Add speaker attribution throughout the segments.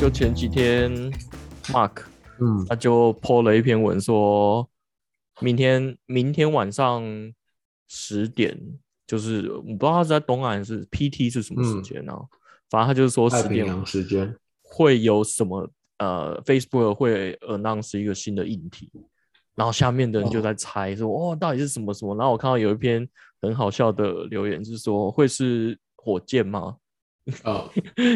Speaker 1: 就前几天 Mark
Speaker 2: 嗯，
Speaker 1: 他就 po 了一篇文说，明天明天晚上十点，就是我不知道他是在东岸还是 PT 是什么时
Speaker 2: 嗯
Speaker 1: 间啊，反正他就是说
Speaker 2: 太
Speaker 1: 十
Speaker 2: 平
Speaker 1: 点
Speaker 2: 洋时间，
Speaker 1: 会有什么呃，Facebook 会 announce 一个新的硬体，然后下面的人就
Speaker 2: 哦
Speaker 1: 在猜说哦到底是什么什么。然后我看到有一篇很好笑的留言，就是说会是火箭吗？
Speaker 2: 呃，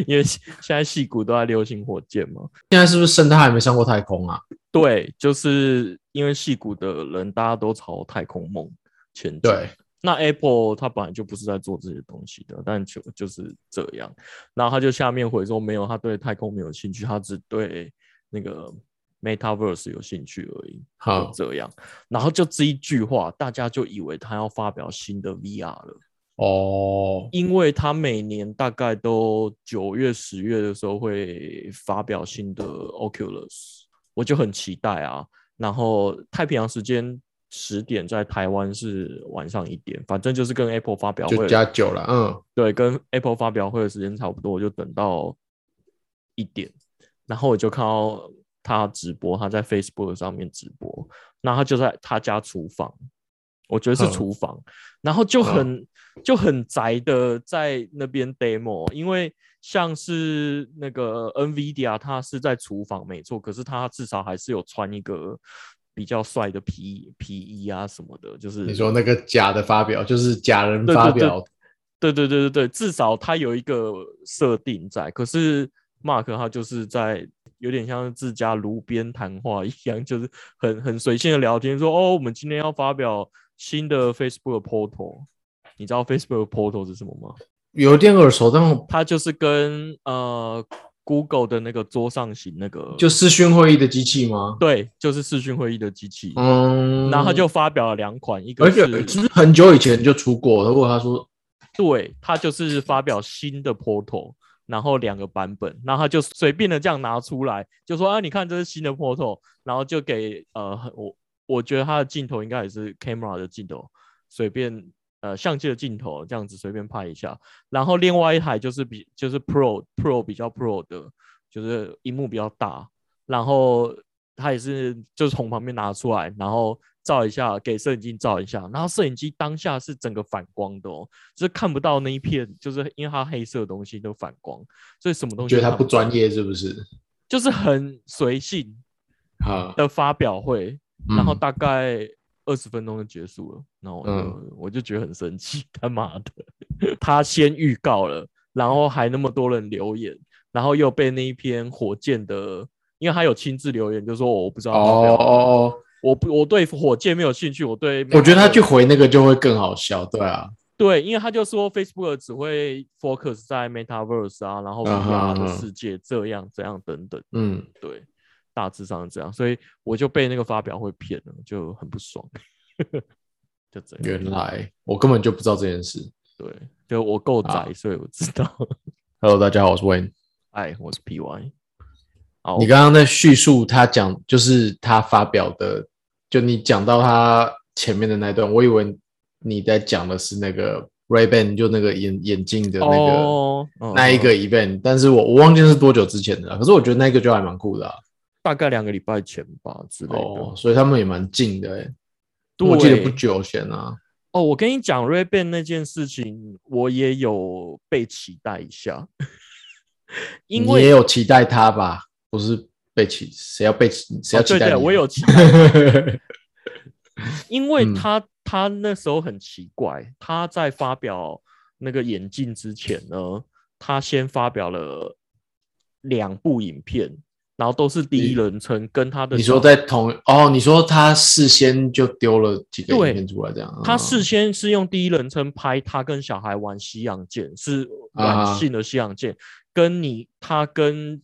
Speaker 1: 因为现现在戏骨都在流行火箭嘛。
Speaker 2: 现在是不是生态还没上过太空啊？
Speaker 1: 对，就是因为戏骨的人大家都朝太空梦前进。
Speaker 2: 对，
Speaker 1: 那 Apple 它本来就不是在做这些东西的，但就就是这样。然后他就下面回说没有，他对太空没有兴趣，他只对那个 Metaverse 有兴趣而已，
Speaker 2: 好
Speaker 1: 就，这样。然后就这一句话，大家就以为他要发表新的 VR 了，
Speaker 2: 哦，
Speaker 1: 因为他每年大概都九月、十月的时候会发表新的 Oculus，我就很期待啊。然后太平洋时间。十点在台湾是晚上一点，反正就是跟 Apple 发表
Speaker 2: 就
Speaker 1: 会
Speaker 2: 加九了，嗯，
Speaker 1: 对，跟 Apple 发表会的时间差不多，我就等到一点，然后我就看到他直播，他在 Facebook 上面直播，那他就在他家厨房，我觉得是
Speaker 2: 嗯
Speaker 1: 厨房，然后就很、就很宅的在那边 demo，因为像是那个 NVIDIA 它是在厨房没错，可是它至少还是有穿一个比较帅的皮皮衣啊什么的，就是
Speaker 2: 你说那个假的发表，就是假人发表，
Speaker 1: 对对对对对，至少它有一个设定在。可是 Mark 他就是在有点像是自家炉边谈话一样，就是很很随性的聊天，说哦，我们今天要发表新的 Facebook Portal。你知道 Facebook Portal 是什么吗？
Speaker 2: 有点耳熟，但我
Speaker 1: 它就是跟呃 Google 的那个桌上型那个，
Speaker 2: 就视讯会议的机器吗？
Speaker 1: 对，就是视讯会议的机器。
Speaker 2: 嗯，
Speaker 1: 然后他就发表了两款，一
Speaker 2: 而
Speaker 1: 个
Speaker 2: 且
Speaker 1: 是
Speaker 2: 是不是很久以前就出过？如果他说
Speaker 1: 对，他就是发表新的 Portal，然后两个版本，然后他就随便的这样拿出来，就说啊，你看这是新的 Portal，然后就给呃，我我觉得他的镜头应该也是 camera 的镜头，随便呃相机的镜头这样子随便拍一下，然后另外一台就是比就是 Pro Pro 比较 Pro 的，就是荧幕比较大，然后他也是就是从旁边拿出来，然后照一下，给摄影机照一下，然后摄影机当下是整个反光的哦，就是看不到那一片，就是因为它黑色的东西都反光，所以什么东西
Speaker 2: 觉得
Speaker 1: 都
Speaker 2: 他
Speaker 1: 看
Speaker 2: 不
Speaker 1: 到
Speaker 2: 专，业是不是？
Speaker 1: 就是很随性
Speaker 2: 啊，
Speaker 1: 的发表会，然后
Speaker 2: 嗯
Speaker 1: 大概二十分钟就结束了，然后我就、
Speaker 2: 嗯
Speaker 1: 我就觉得很生气，他妈的，他先预告了，然后还那么多人留言，然后又被那一篇火箭的，因为他有亲自留言，就说、哦我不知道
Speaker 2: 哦
Speaker 1: 发表
Speaker 2: 哦哦，
Speaker 1: 我不我对火箭没有兴趣，我对
Speaker 2: 我觉得他去
Speaker 1: Meta-
Speaker 2: 回那个就会更好笑，对啊，
Speaker 1: 对，因为他就说 Facebook 只会 focus 在 Metaverse 啊，然后
Speaker 2: 啊
Speaker 1: VR
Speaker 2: 哈
Speaker 1: 的
Speaker 2: 哈
Speaker 1: 世界这样这样等等，
Speaker 2: 嗯，
Speaker 1: 对，大致上是这样，所以我就被那个发表会骗了，就很不爽，就这样，
Speaker 2: 原来我根本就不知道这件事。
Speaker 1: 对，就我够宅，
Speaker 2: 好
Speaker 1: 所以我知道。
Speaker 2: Hello，大家好，我是 Wayne。
Speaker 1: 哎，我是 PY，好
Speaker 2: 你，刚刚在叙述他讲，就是他发表的，就你讲到他前面的那段，我以为你在讲的是那个 Ray Ban，就那个眼眼镜的那个、
Speaker 1: 哦嗯
Speaker 2: 那一个 event，但是我我忘记是多久之前的了，可是我觉得那个就还蛮酷的、啊、
Speaker 1: 大概两个礼拜前吧之类的。
Speaker 2: 哦，所以他们也蛮近的、欸，
Speaker 1: 对
Speaker 2: 我记得不久前啊，
Speaker 1: 哦，我跟你讲 r a y b a n 那件事情，我也有被期待一下， 因
Speaker 2: 你也
Speaker 1: 为哦
Speaker 2: 有期待他吧？不是被期，谁要被期谁
Speaker 1: 哦
Speaker 2: 要期
Speaker 1: 对
Speaker 2: 待你啊、
Speaker 1: 对，我 有期待，因为
Speaker 2: 嗯
Speaker 1: 他、他那时候很奇怪，他在发表那个眼镜之前呢，他先发表了两部影片，然后都是第一
Speaker 2: 你
Speaker 1: 人称，跟他的
Speaker 2: 你说
Speaker 1: 小
Speaker 2: 在同哦，你说他事先就丢了几个
Speaker 1: 对
Speaker 2: 影片出来，这样
Speaker 1: 他
Speaker 2: 嗯
Speaker 1: 事先是用第一人称拍他跟小孩玩西洋剑，是
Speaker 2: 啊
Speaker 1: 软
Speaker 2: 哈
Speaker 1: 性的西洋剑，跟你他跟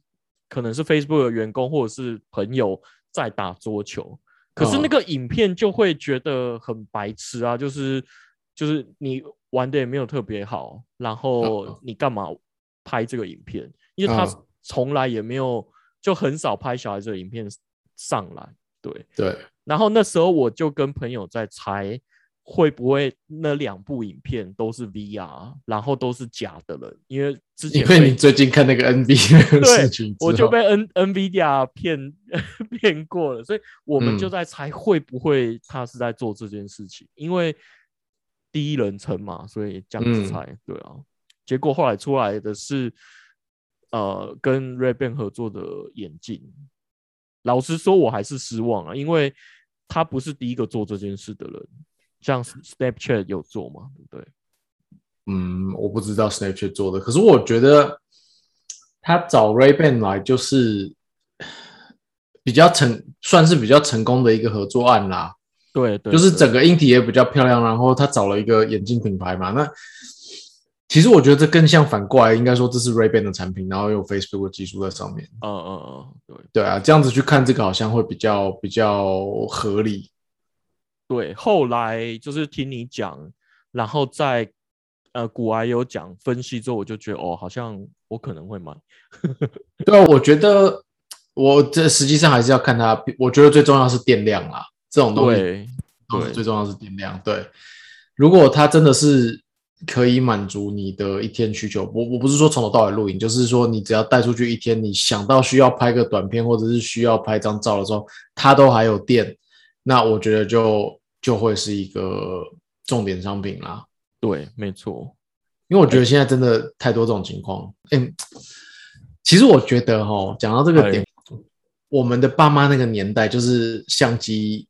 Speaker 1: 可能是 Facebook 的员工或者是朋友在打桌球，可是那
Speaker 2: 嗯
Speaker 1: 个影片就会觉得很白痴啊，就是就是你玩的也没有特别好，然后你干嘛拍这个影片？因为他
Speaker 2: 嗯
Speaker 1: 从来也没有就很少拍小孩子的影片上来，对，
Speaker 2: 对，
Speaker 1: 然后那时候我就跟朋友在猜，会不会那两部影片都是 VR，然后都是假的人？因为之前
Speaker 2: 因为
Speaker 1: 被
Speaker 2: 你最近看那个 NB 的
Speaker 1: 对
Speaker 2: 事情之后，
Speaker 1: 我就被 N NVIDIA 骗骗过了，所以我们就
Speaker 2: 嗯
Speaker 1: 在猜会不会他是在做这件事情，因为第一人称嘛，所以这样
Speaker 2: 嗯
Speaker 1: 子猜，对啊。结果后来出来的是，呃，跟 Ray Ban 合作的眼镜。老实说，我还是失望啊，因为他不是第一个做这件事的人，像 Snapchat 有做嘛，对不对？
Speaker 2: 嗯，我不知道 Snapchat 做的，可是我觉得他找 Ray Ban 来就是比较成，算是比较成功的一个合作案啦。
Speaker 1: 对对，
Speaker 2: 就是
Speaker 1: 对
Speaker 2: 整个硬体也比较漂亮，然后他找了一个眼镜品牌嘛。那其实我觉得这更像反过来，应该说这是 Ray Ban 的产品，然后有 Facebook 的技术在上面。
Speaker 1: 嗯嗯嗯，对。
Speaker 2: 对啊，这样子去看这个好像会比较比较合理。
Speaker 1: 对，后来就是听你讲，然后在呃古癌有讲分析之后，我就觉得哦，好像我可能会买。
Speaker 2: 对啊，我觉得我这实际上还是要看它，我觉得最重要是电量啦，这种东西
Speaker 1: 对
Speaker 2: 都是
Speaker 1: 对
Speaker 2: 最重要的是电量。对，如果它真的是可以满足你的一天需求，我我不是说从头到尾录影，就是说你只要带出去一天，你想到需要拍个短片或者是需要拍张照的时候，它都还有电，那我觉得就就会是一个重点商品啦。
Speaker 1: 对，没错。
Speaker 2: 因为我觉得现在真的太多这种情况。哎、其实我觉得哈，讲到这
Speaker 1: 哎
Speaker 2: 个点，我们的爸妈那个年代，就是相机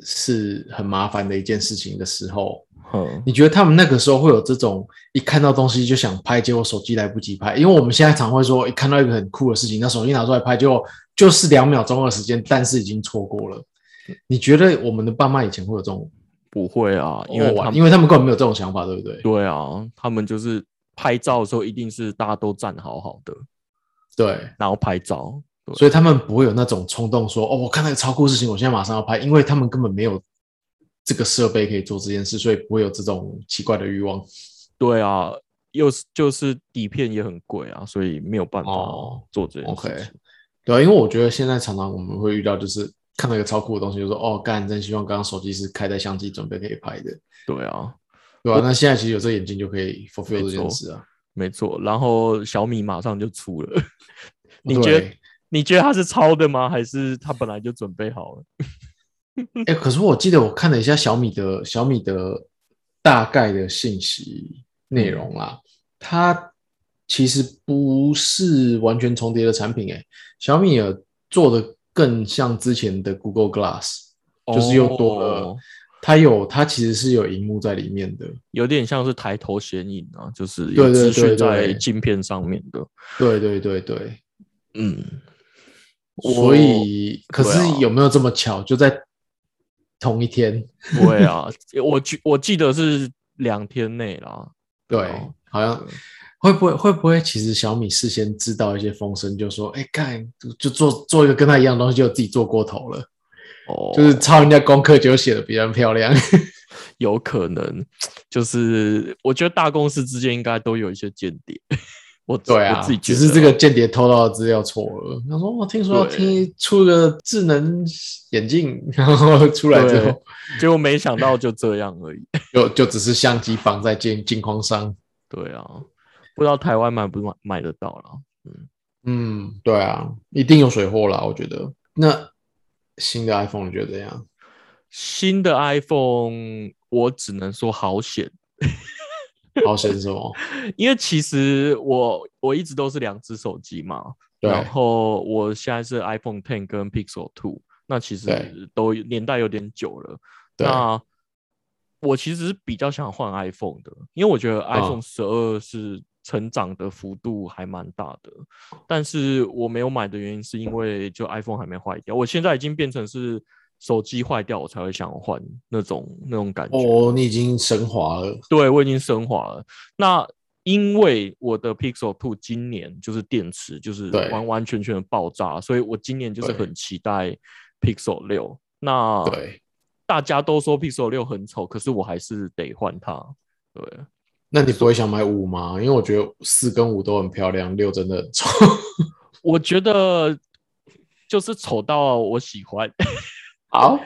Speaker 2: 是很麻烦的一件事情的时候，
Speaker 1: 嗯，
Speaker 2: 你觉得他们那个时候会有这种一看到东西就想拍，结果手机来不及拍？因为我们现在常会说，一看到一个很酷的事情，那手机拿出来拍，结果就是两秒钟的时间，但是已经错过了。你觉得我们的爸妈以前会有这种
Speaker 1: 不会啊，因为
Speaker 2: 哦
Speaker 1: 他们
Speaker 2: 因为他们根本没有这种想法，对不对？
Speaker 1: 对啊，他们就是拍照的时候一定是大家都站好好的，
Speaker 2: 对。
Speaker 1: 然后拍照。对
Speaker 2: 所以他们不会有那种冲动说，哦，我看那个超酷事情，我现在马上要拍，因为他们根本没有这个设备可以做这件事，所以不会有这种奇怪的欲望。
Speaker 1: 对啊，又是就是底片也很贵啊，所以没有办法
Speaker 2: 哦
Speaker 1: 做这件事
Speaker 2: OK
Speaker 1: 情。
Speaker 2: 对啊，因为我觉得现在常常我们会遇到，就是看到一个超酷的东西，就说，哦，干，真希望刚刚手机是开在相机准备可以拍的，
Speaker 1: 对啊，
Speaker 2: 对吧、那现在其实有这眼镜就可以 fulfill
Speaker 1: 没错
Speaker 2: 这件事啊。
Speaker 1: 没错。然后小米马上就出了， 你
Speaker 2: 对
Speaker 1: 觉得？你觉得他是抄的吗？还是他本来就准备好了？
Speaker 2: 哎、可是我记得我看了一下小米的小米的大概的信息内容啦，它其实不是完全重叠的产品、欸。哎，小米也做的更像之前的 Google Glass，就是又多了
Speaker 1: 哦
Speaker 2: 它有它其实是有荧幕在里面的。
Speaker 1: 有点像是抬头显影啊，就是
Speaker 2: 对
Speaker 1: 有
Speaker 2: 对
Speaker 1: 资
Speaker 2: 对
Speaker 1: 讯
Speaker 2: 对
Speaker 1: 在镜片上面的。
Speaker 2: 对对对对，
Speaker 1: 嗯，我
Speaker 2: 所以可
Speaker 1: 对
Speaker 2: 是
Speaker 1: 啊
Speaker 2: 有没有这么巧，就在同一天？
Speaker 1: 对啊，我记我记得是两天内啦。
Speaker 2: 对
Speaker 1: 哦，
Speaker 2: 好像
Speaker 1: 对
Speaker 2: 会不会会不会其实小米事先知道一些风声，就说哎干就就做做一个跟他一样的东西，就自己做过头了，
Speaker 1: 哦，
Speaker 2: 就是抄人家功课，结果写的比人漂亮。
Speaker 1: 有可能，就是我觉得大公司之间应该都有一些间谍。我自
Speaker 2: 对
Speaker 1: 我
Speaker 2: 啊
Speaker 1: 自己，觉
Speaker 2: 只
Speaker 1: 得
Speaker 2: 是这个
Speaker 1: 啊
Speaker 2: 间谍偷到的资料错了。他说我听说要
Speaker 1: 对
Speaker 2: 听出个智能眼镜， 然后出来之后
Speaker 1: 结果没想到就这样而已。
Speaker 2: 就就只是相机绑在镜镜框上。
Speaker 1: 对啊，不知道台湾买不买买得到啦。
Speaker 2: 嗯，对啊，一定有水货啦，我觉得。那新的 iPhone 你觉得怎样？
Speaker 1: 新的 iPhone，我只能说好险，
Speaker 2: 好显是什么？
Speaker 1: 因为其实我我一直都是两只手机嘛，
Speaker 2: 对
Speaker 1: 然后我现在是 iPhone Ten 跟 Pixel Two，那其
Speaker 2: 对
Speaker 1: 实都有年代有点久了。
Speaker 2: 对
Speaker 1: 那我其实比较想换 iPhone 的，因为我觉得
Speaker 2: 嗯
Speaker 1: iPhone 十二是成长的幅度还蛮大的，但是我没有买的原因是因为就 iPhone 还没坏掉，我现在已经变成是手机坏掉我才会想换那种那种感觉。
Speaker 2: 哦，你已经升华了。
Speaker 1: 对我已经升华了。那因为我的 Pixel Two 今年就是电池就是
Speaker 2: 对
Speaker 1: 完完全全的爆炸，所以我今年就是
Speaker 2: 对
Speaker 1: 很期待 Pixel 六。那
Speaker 2: 对。
Speaker 1: 大家都说 Pixel 六很丑，可是我还是得换它。对，
Speaker 2: 那你不会想买五吗？因为我觉得四跟五都很漂亮，六真的 很丑。
Speaker 1: 我觉得就是丑到我喜欢，
Speaker 2: 好，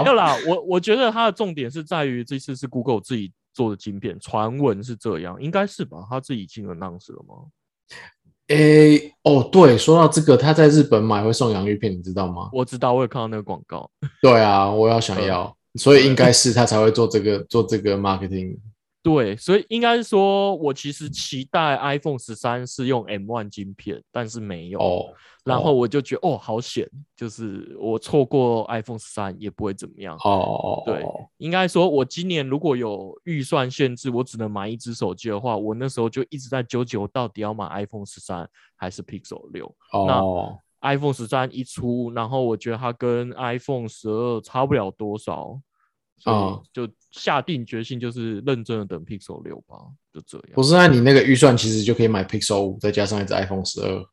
Speaker 1: 没，有啦，我我觉得它的重点是在于这次是 Google 自己做的晶片，传闻是这样，应该是吧？他自己已经 announce 了吗？
Speaker 2: 诶、哦，对，说到这个，他在日本买会送洋芋片，你知道吗？
Speaker 1: 我知道，我有看到那个广告。
Speaker 2: 对啊，我要
Speaker 1: 嗯
Speaker 2: 想要，所以应该是他才会做这个做这个 marketing。
Speaker 1: 对，所以应该是说，我其实期待 iPhone 十三是用 M1 晶片，但是没有。
Speaker 2: 哦，
Speaker 1: 然后我就觉得哦，好险，就是我错过 iPhone 十三也不会怎么样。
Speaker 2: 哦哦，
Speaker 1: 对应该说，我今年如果有预算限制，我只能买一只手机的话，我那时候就一直在纠结，我到底要买 iPhone 十三还是 Pixel 六。
Speaker 2: 哦，
Speaker 1: iPhone 十三一出，然后我觉得它跟 iPhone 十二差不了多少，
Speaker 2: 嗯
Speaker 1: 所以就下定决心，就是认真的等 Pixel 六吧，就这样。
Speaker 2: 不是，啊那你那个预算其实就可以买 Pixel 五，再加上一只 iPhone 十二。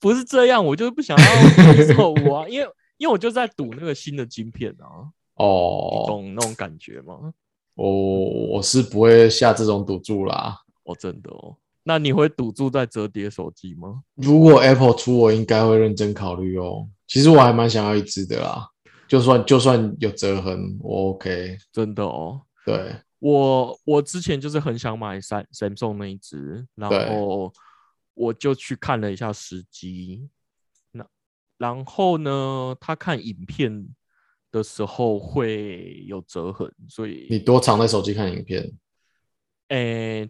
Speaker 1: 不是这样，我就是不想要 Pixel 五啊，因为因为我就在赌那个新的晶片啊，你
Speaker 2: 哦，
Speaker 1: 懂那种感觉吗？
Speaker 2: 我我是不会下这种赌注啦。
Speaker 1: 哦，真的哦。那你会赌注在折叠手机吗？
Speaker 2: 如果 Apple 出，我应该会认真考虑哦。其实我还蛮想要一只的啦，就算就算有折痕，我 OK。
Speaker 1: 真的哦，
Speaker 2: 对，
Speaker 1: 我我之前就是很想买三 Samsung 那一只，然
Speaker 2: 对
Speaker 1: 后我就去看了一下时机，那然后呢，他看影片的时候会有折痕，所
Speaker 2: 你
Speaker 1: 以
Speaker 2: 多常在手机看影片
Speaker 1: 诶、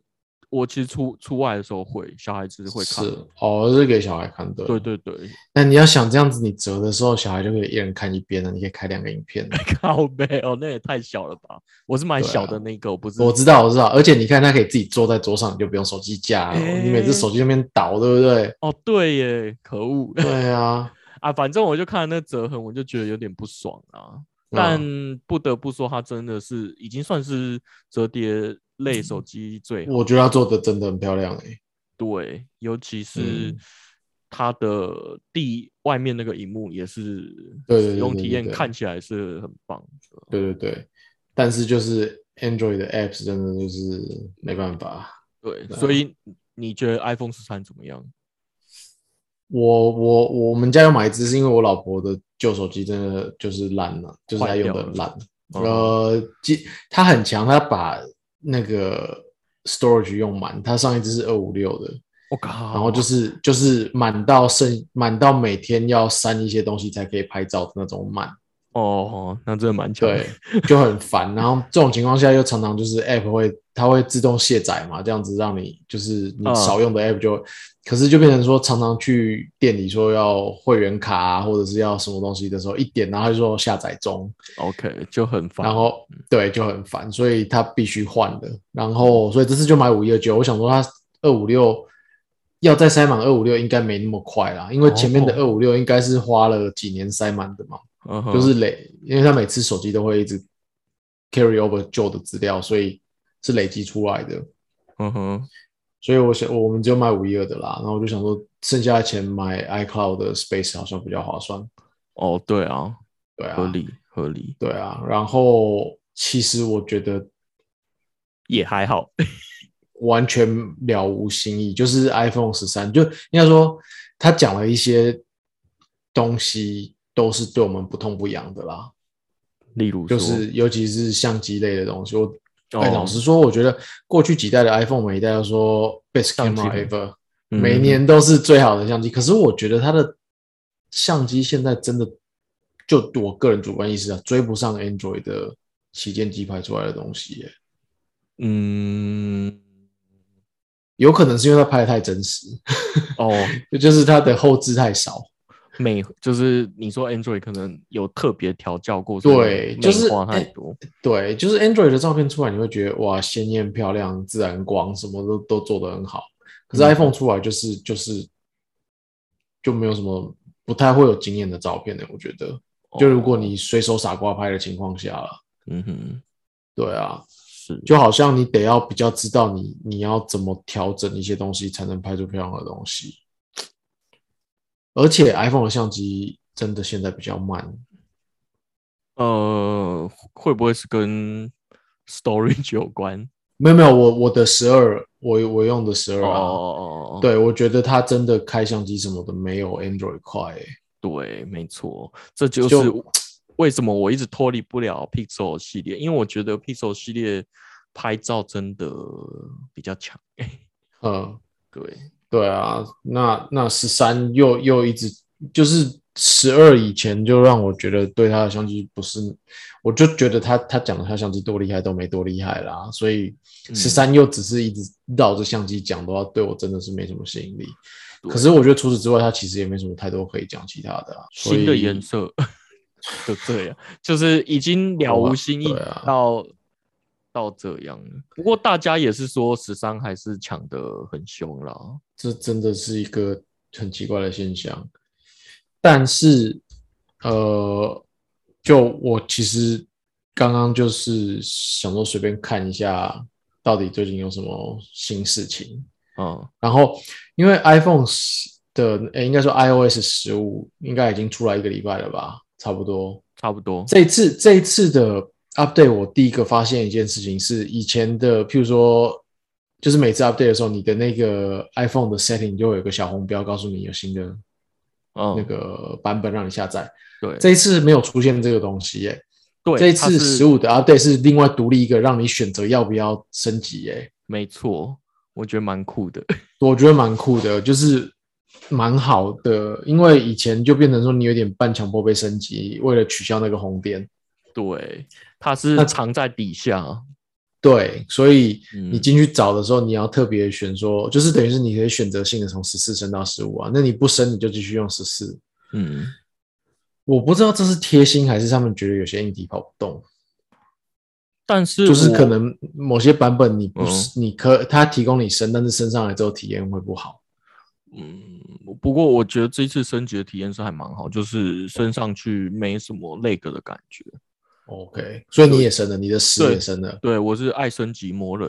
Speaker 1: 我其实出出外的时候会，小孩子会看，
Speaker 2: 是哦，是给小孩看的。
Speaker 1: 对对对，
Speaker 2: 那你要想这样子，你折的时候，小孩就可以一人看一边了，你可以开两个影 片。
Speaker 1: 靠背哦，那也太小了吧，我是买
Speaker 2: 对啊
Speaker 1: 小的那个，我不是
Speaker 2: 我知道，我知道，而且你看，它可以自己坐在桌上，你就不用手机架了。
Speaker 1: 诶
Speaker 2: 你每次手机那边倒，对不 对？
Speaker 1: 哦，对耶，可恶，
Speaker 2: 对啊，
Speaker 1: 啊，反正我就看了那折痕，我就觉得有点不爽啊。但
Speaker 2: 嗯
Speaker 1: 不得不说，它真的是已经算是折叠类手机最好
Speaker 2: 我觉得它做的真的很漂亮诶、欸
Speaker 1: 对，尤其是
Speaker 2: 嗯
Speaker 1: 它的地外面那个荧幕也是，
Speaker 2: 对对对
Speaker 1: 使用
Speaker 2: 对
Speaker 1: 体
Speaker 2: 对
Speaker 1: 验
Speaker 2: 对
Speaker 1: 看起来是很棒的。
Speaker 2: 对对对，但是就是 Android 的 apps 真的就是没办法。
Speaker 1: 对，
Speaker 2: 对啊
Speaker 1: 所以你觉得 iPhone 十三怎么样？
Speaker 2: 我我我们家要买一只，是因为我老婆的旧手机真的就是烂了，就是她用的很烂。
Speaker 1: 坏掉了
Speaker 2: 呃，机它很强，它把那个 storage 用满，它上一只是二五六的，
Speaker 1: 我、靠，
Speaker 2: 然后就是就是满到剩满到每天要删一些东西才可以拍照的那种满，
Speaker 1: 哦，那真的蛮强的。
Speaker 2: 对，就很烦。然后这种情况下又常常就是 app 会它会自动卸载嘛，这样子让你就是你
Speaker 1: 嗯
Speaker 2: 少用的 app 就，可是就变成说常常去店里说要会员卡、啊、或者是要什么东西的时候一点，然后它就说下载中，
Speaker 1: OK，就很烦。
Speaker 2: 然后对就很烦，所以它必须换的。然后所以这次就买五一二九，我想说它二五六。要再塞满二五六应该没那么快啦，因为前面
Speaker 1: 哦
Speaker 2: 的二五六应该是花了几年塞满的嘛。
Speaker 1: 嗯哼
Speaker 2: 就是累，因为他每次手机都会一直 carry over 旧的资料，所以是累积出来的。
Speaker 1: 嗯哼，
Speaker 2: 所以我想，我们只有买五一二的啦，然后我就想说，剩下的钱买 iCloud 的 Space 好像比较划算。
Speaker 1: 哦，对啊，
Speaker 2: 对
Speaker 1: 合
Speaker 2: 啊，
Speaker 1: 理合理，
Speaker 2: 对啊。然后其实我觉得
Speaker 1: 也还好。
Speaker 2: 完全了无新意，就是 iPhone 十三，就应该说他讲了一些东西都是对我们不痛不痒的啦。
Speaker 1: 例如说，
Speaker 2: 就是尤其是相机类的东西，我
Speaker 1: 哦
Speaker 2: 哎，老实说，我觉得过去几代的 iPhone 每一代都说 best
Speaker 1: 相机
Speaker 2: camera ever，、
Speaker 1: 嗯
Speaker 2: 每一年都是最好的相机。可是我觉得它的相机现在真的，就我个人主观意识啊，追不上 Android 的旗舰机拍出来的东西耶。
Speaker 1: 嗯，
Speaker 2: 有可能是因为它拍的太真实，
Speaker 1: 哦，
Speaker 2: 就是它的后置太少。
Speaker 1: 美就是你说 Android 可能有特别调教过，
Speaker 2: 对
Speaker 1: 所以
Speaker 2: 就是
Speaker 1: 美化太
Speaker 2: 哎
Speaker 1: 多，
Speaker 2: 对，就是 Android 的照片出来，你会觉得哇，鲜艳漂亮，自然光什么都都做得很好。可是
Speaker 1: 嗯
Speaker 2: iPhone 出来就是就是就没有什么不太会有惊艳的照片呢、我觉得，就如果
Speaker 1: 哦
Speaker 2: 你随手傻瓜拍的情况下了，
Speaker 1: 嗯哼
Speaker 2: 对啊，
Speaker 1: 是
Speaker 2: 就好像你得要比较知道你你要怎么调整一些东西，才能拍出漂亮的东西。而且 iPhone 的相机真的现在比较慢，
Speaker 1: 呃会不会是跟 storage 有关？
Speaker 2: 没有没有，我我的十二，我我用的十
Speaker 1: 哦
Speaker 2: 二
Speaker 1: 哦
Speaker 2: 啊。
Speaker 1: 哦哦，
Speaker 2: 对，我觉得它真的开相机什么的没有 Android 快欸、
Speaker 1: 对，没错，这就
Speaker 2: 就是
Speaker 1: 为什么我一直脱离不了 Pixel 系列，因为我觉得 Pixel 系列拍照真的比较强。
Speaker 2: 嗯，
Speaker 1: 对，
Speaker 2: 对啊，那那十三又又一直就是十二以前就让我觉得对他的相机不是，我就觉得他他讲的他相机多厉害都没多厉害啦，所以
Speaker 1: 嗯
Speaker 2: 十三又只是一直绕着相机讲的话，对我真的是没什么吸引力。
Speaker 1: 对
Speaker 2: 可是我觉得除此之外，他其实也没什么太多可以讲其他的啊。所
Speaker 1: 新的
Speaker 2: 以
Speaker 1: 颜色就这样，就是已经了无新意
Speaker 2: 对啊
Speaker 1: 到、到这样了。不过大家也是说十三还是抢得很凶啦。
Speaker 2: 这真的是一个很奇怪的现象。但是，呃，就我其实刚刚就是想说随便看一下，到底最近有什么新事情。
Speaker 1: 嗯，
Speaker 2: 然后，因为 iPhone 10的，诶，应该说 iOS 十五应该已经出来一个礼拜了吧，差不多。
Speaker 1: 差不多。
Speaker 2: 这一次这一次的 update，我第一个发现一件事情是，以前的譬如说，就是每次 update 的时候，你的那个 iPhone 的 setting 就会有个小红标告诉你有新的
Speaker 1: 嗯，
Speaker 2: 那个版本让你下载。
Speaker 1: 对，
Speaker 2: 这一次没有出现这个东西耶、
Speaker 1: 对
Speaker 2: 这一
Speaker 1: 它
Speaker 2: 次
Speaker 1: 是
Speaker 2: 十五的 update 是另外独立一个让你选择要不要升级耶、
Speaker 1: 没错，我觉得蛮酷的。
Speaker 2: 我觉得蛮酷的，就是蛮好的，因为以前就变成说你有点半强迫被升级，为了取消那个红点。
Speaker 1: 对，它是
Speaker 2: 那
Speaker 1: 藏在底下。
Speaker 2: 对，所以
Speaker 1: 嗯
Speaker 2: 你进去找的时候，你要特别选说，就是等于是你可以选择性的从十四升到十五啊。那你不升，你就继续用十四。
Speaker 1: 嗯，
Speaker 2: 我不知道这是贴心还是他们觉得有些硬体跑不动，
Speaker 1: 但是
Speaker 2: 就是
Speaker 1: 我嗯
Speaker 2: 可能某些版本你不是、你可它提供你升，但是升上来之后体验会不好。
Speaker 1: 嗯，不过我觉得这一次升级的体验是还蛮好，就是升上去没什么那个的感觉。
Speaker 2: OK，所以你也升了，你的十
Speaker 1: 对
Speaker 2: 也升了。
Speaker 1: 对我是爱升级魔人，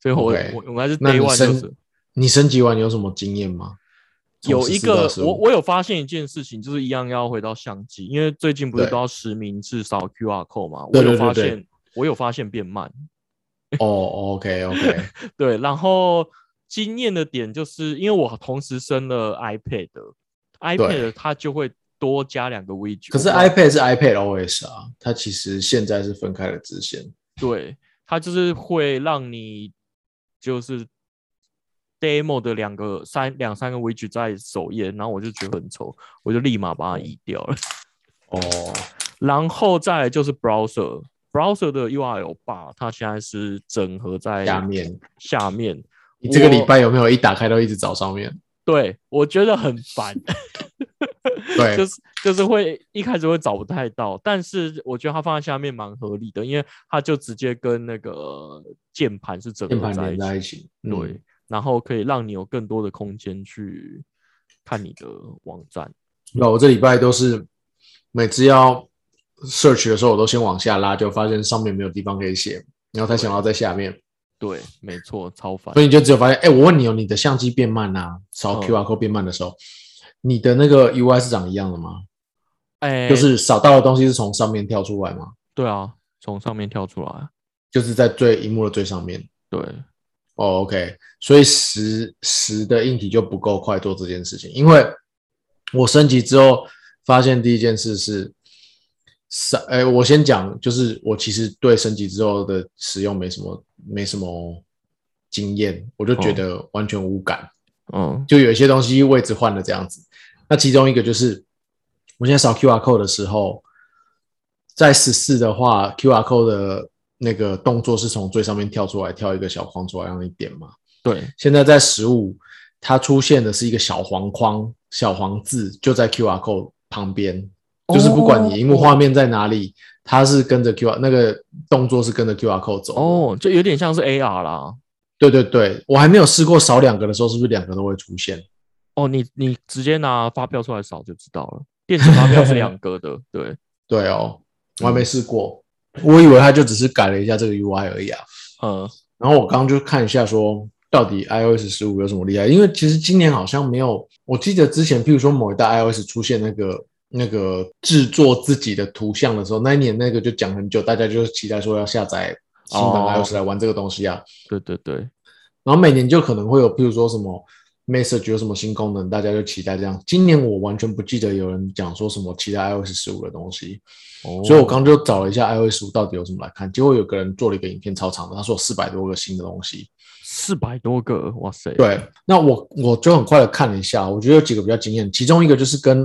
Speaker 1: 所以我
Speaker 2: OK
Speaker 1: 我我还是
Speaker 2: 那
Speaker 1: day
Speaker 2: 你
Speaker 1: one 就
Speaker 2: 升
Speaker 1: 是
Speaker 2: 你升级完有什么经验吗？从
Speaker 1: 有一
Speaker 2: 14到
Speaker 1: 个
Speaker 2: 15
Speaker 1: 我我有发现一件事情，就是一样要回到相机，因为最近不是
Speaker 2: 对
Speaker 1: 都要实名制扫 QR code 嘛，我
Speaker 2: 对对
Speaker 1: 有发
Speaker 2: 对对
Speaker 1: 现我有发现变慢，
Speaker 2: 哦 ，OK OK，
Speaker 1: 对，然后惊艳的点就是因为我同时升了 iPad，iPad 它就会多加两个 widget，
Speaker 2: 可是
Speaker 1: 我不知道
Speaker 2: iPad 是 iPad OS 啊，它其实现在是分开了支线。
Speaker 1: 对它就是会让你就是 demo 的两个三两三个 widget 在首页，然后我就觉得很丑，我就立马把它移掉了。
Speaker 2: 哦，
Speaker 1: 然后再来就是 browser。browser 的 URL 吧，它现在是整合在
Speaker 2: 下面
Speaker 1: 下面。
Speaker 2: 你这个礼
Speaker 1: 我
Speaker 2: 拜有没有一打开都一直找上面？
Speaker 1: 对我觉得很烦，
Speaker 2: 对，
Speaker 1: 就是就是会一开始会找不太到，但是我觉得它放在下面蛮合理的，因为它就直接跟那个键盘是整
Speaker 2: 键
Speaker 1: 合
Speaker 2: 盘
Speaker 1: 在一
Speaker 2: 连
Speaker 1: 起，
Speaker 2: 在一起。嗯
Speaker 1: 对，然后可以让你有更多的空间去看你的网站。
Speaker 2: 那我这礼拜都是每次要 search 的时候，我都先往下拉，就发现上面没有地方可以写，然后才想要在下
Speaker 1: 嗯
Speaker 2: 面，
Speaker 1: 对，没错，超烦
Speaker 2: 所。以你就只有发现，哎、我问你哦，你的相机变慢啦、扫
Speaker 1: 嗯
Speaker 2: QR code 变慢的时候，你的那个 UI 是长一样的吗？
Speaker 1: 哎，
Speaker 2: 就是扫到的东西是从上面跳出来吗？
Speaker 1: 对啊，从上面跳出来。
Speaker 2: 就是在最荧幕的最上面。
Speaker 1: 对，
Speaker 2: 哦，OK，所以十十的硬体就不够快做这件事情，因为我升级之后发现第一件事是三，哎，我先讲，就是我其实对升级之后的使用没什么没什么经验，我就觉
Speaker 1: 哦
Speaker 2: 得完全无感，
Speaker 1: 嗯
Speaker 2: 就有一些东西位置换了这样子。那其中一个就是我现在扫 QR code 的时候，在十四的话，QR code 的那个动作是从最上面跳出来，跳一个小框出来让你点嘛。，
Speaker 1: 对，
Speaker 2: 现在在十五，它出现的是一个小黄框、小黄字，就在 QR code 旁边，
Speaker 1: 哦
Speaker 2: 就是不管你荧幕画面在哪里，它是跟着 QR 那个动作是跟着 QR code 走。，
Speaker 1: 哦，就有点像是 AR 啦。
Speaker 2: 对对对，我还没有试过扫两个的时候，是不是两个都会出现？
Speaker 1: 哦，你你直接拿发票出来扫就知道了。电子发票是两个的，对，
Speaker 2: 对哦，我还没试过，我以为它就只是改了一下这个 UI 而已啊。
Speaker 1: 呃，
Speaker 2: 然后我刚刚就看一下说。到底 iOS 十五有什么厉害？因为其实今年好像没有，我记得之前，譬如说某一代 iOS 出现那个那个制作自己的图像的时候，那一年那个就讲很久，大家就期待说要下载新版
Speaker 1: 哦
Speaker 2: iOS 来玩这个东西啊。
Speaker 1: 对对对，
Speaker 2: 然后每年就可能会有，譬如说什么 Message 有什么新功能，大家就期待这样。今年我完全不记得有人讲说什么期待 iOS 十五的东西，
Speaker 1: 哦
Speaker 2: 所以我刚就找了一下 iOS 十五到底有什么来看，结果有个人做了一个影片超长的，他说有四百多个新的东西，
Speaker 1: 四百多个，哇塞！，
Speaker 2: 对，那我我就很快的看了一下，我觉得有几个比较惊艳，其中一个就是跟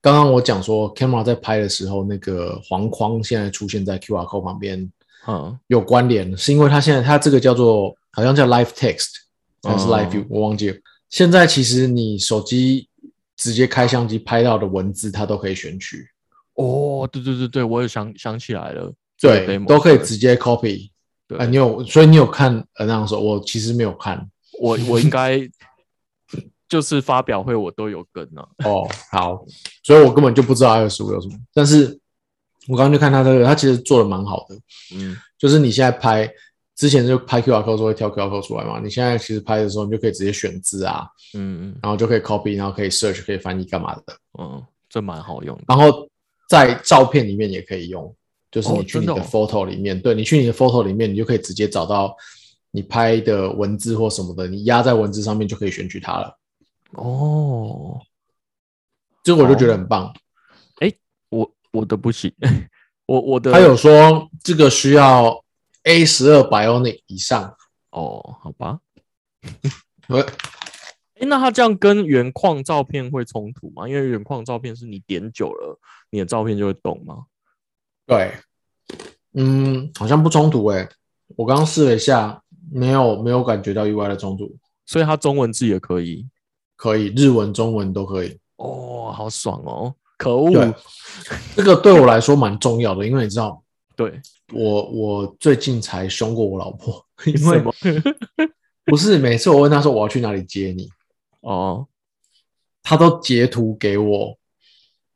Speaker 2: 刚刚我讲说，camera 在拍的时候，那个黄框现在出现在 QR code 旁边
Speaker 1: 嗯，
Speaker 2: 有关联，是因为它现在它这个叫做好像叫 live text 还是
Speaker 1: 哦
Speaker 2: live view，、我忘记了。现在其实你手机直接开相机拍到的文字，它都可以选取，
Speaker 1: 哦，对对对对，我也想想起来了，这个
Speaker 2: 对，
Speaker 1: demo，
Speaker 2: 都可以直接 copy。
Speaker 1: 对
Speaker 2: 啊、你有，所以你有看呃那样说，我其实没有看
Speaker 1: 我我应该就是发表会我都有跟啊，
Speaker 2: 哦，好，所以我根本就不知道 iOS 五有什么，但是我刚刚就看它这个，它其实做的蛮好的，
Speaker 1: 嗯，
Speaker 2: 就是你现在拍，之前就拍 QR code 的时候会跳 QR code 出来嘛，你现在其实拍的时候，你就可以直接选字啊，
Speaker 1: 嗯嗯
Speaker 2: 然后就可以 copy，然后可以 search，可以翻译干嘛的，
Speaker 1: 嗯，这蛮好用的。
Speaker 2: 然后在照片里面也可以用，就是
Speaker 1: 哦
Speaker 2: 你去
Speaker 1: 真
Speaker 2: 你
Speaker 1: 的
Speaker 2: 的
Speaker 1: 哦
Speaker 2: photo 里面，对你去你的 photo 里面，你就可以直接找到你拍的文字或什么的，你压在文字上面就可以选取它了，
Speaker 1: 哦，
Speaker 2: 这个我就觉得很棒。
Speaker 1: 我我的不行， 我我的
Speaker 2: 他有说这个需要 A 十二 Bionic 以上，
Speaker 1: 哦，好吧。
Speaker 2: 呃，
Speaker 1: 诶，那它这样跟原矿照片会冲突吗？因为原矿照片是你点久了，你的照片就会动吗？
Speaker 2: 对，嗯，好像不冲突诶、我刚刚试了一下，没有没有感觉到意外的冲突，
Speaker 1: 所以它中文字也可以。
Speaker 2: 可以日文、中文都可以。
Speaker 1: 哦，好爽哦！可恶，
Speaker 2: 对这个对我来说蛮重要的，因为你知道，
Speaker 1: 对，
Speaker 2: 我我最近才凶过我老婆，因
Speaker 1: 什
Speaker 2: 为
Speaker 1: 么？
Speaker 2: 不是每次我问她说我要去哪里接你，
Speaker 1: 哦，
Speaker 2: 她都截图给我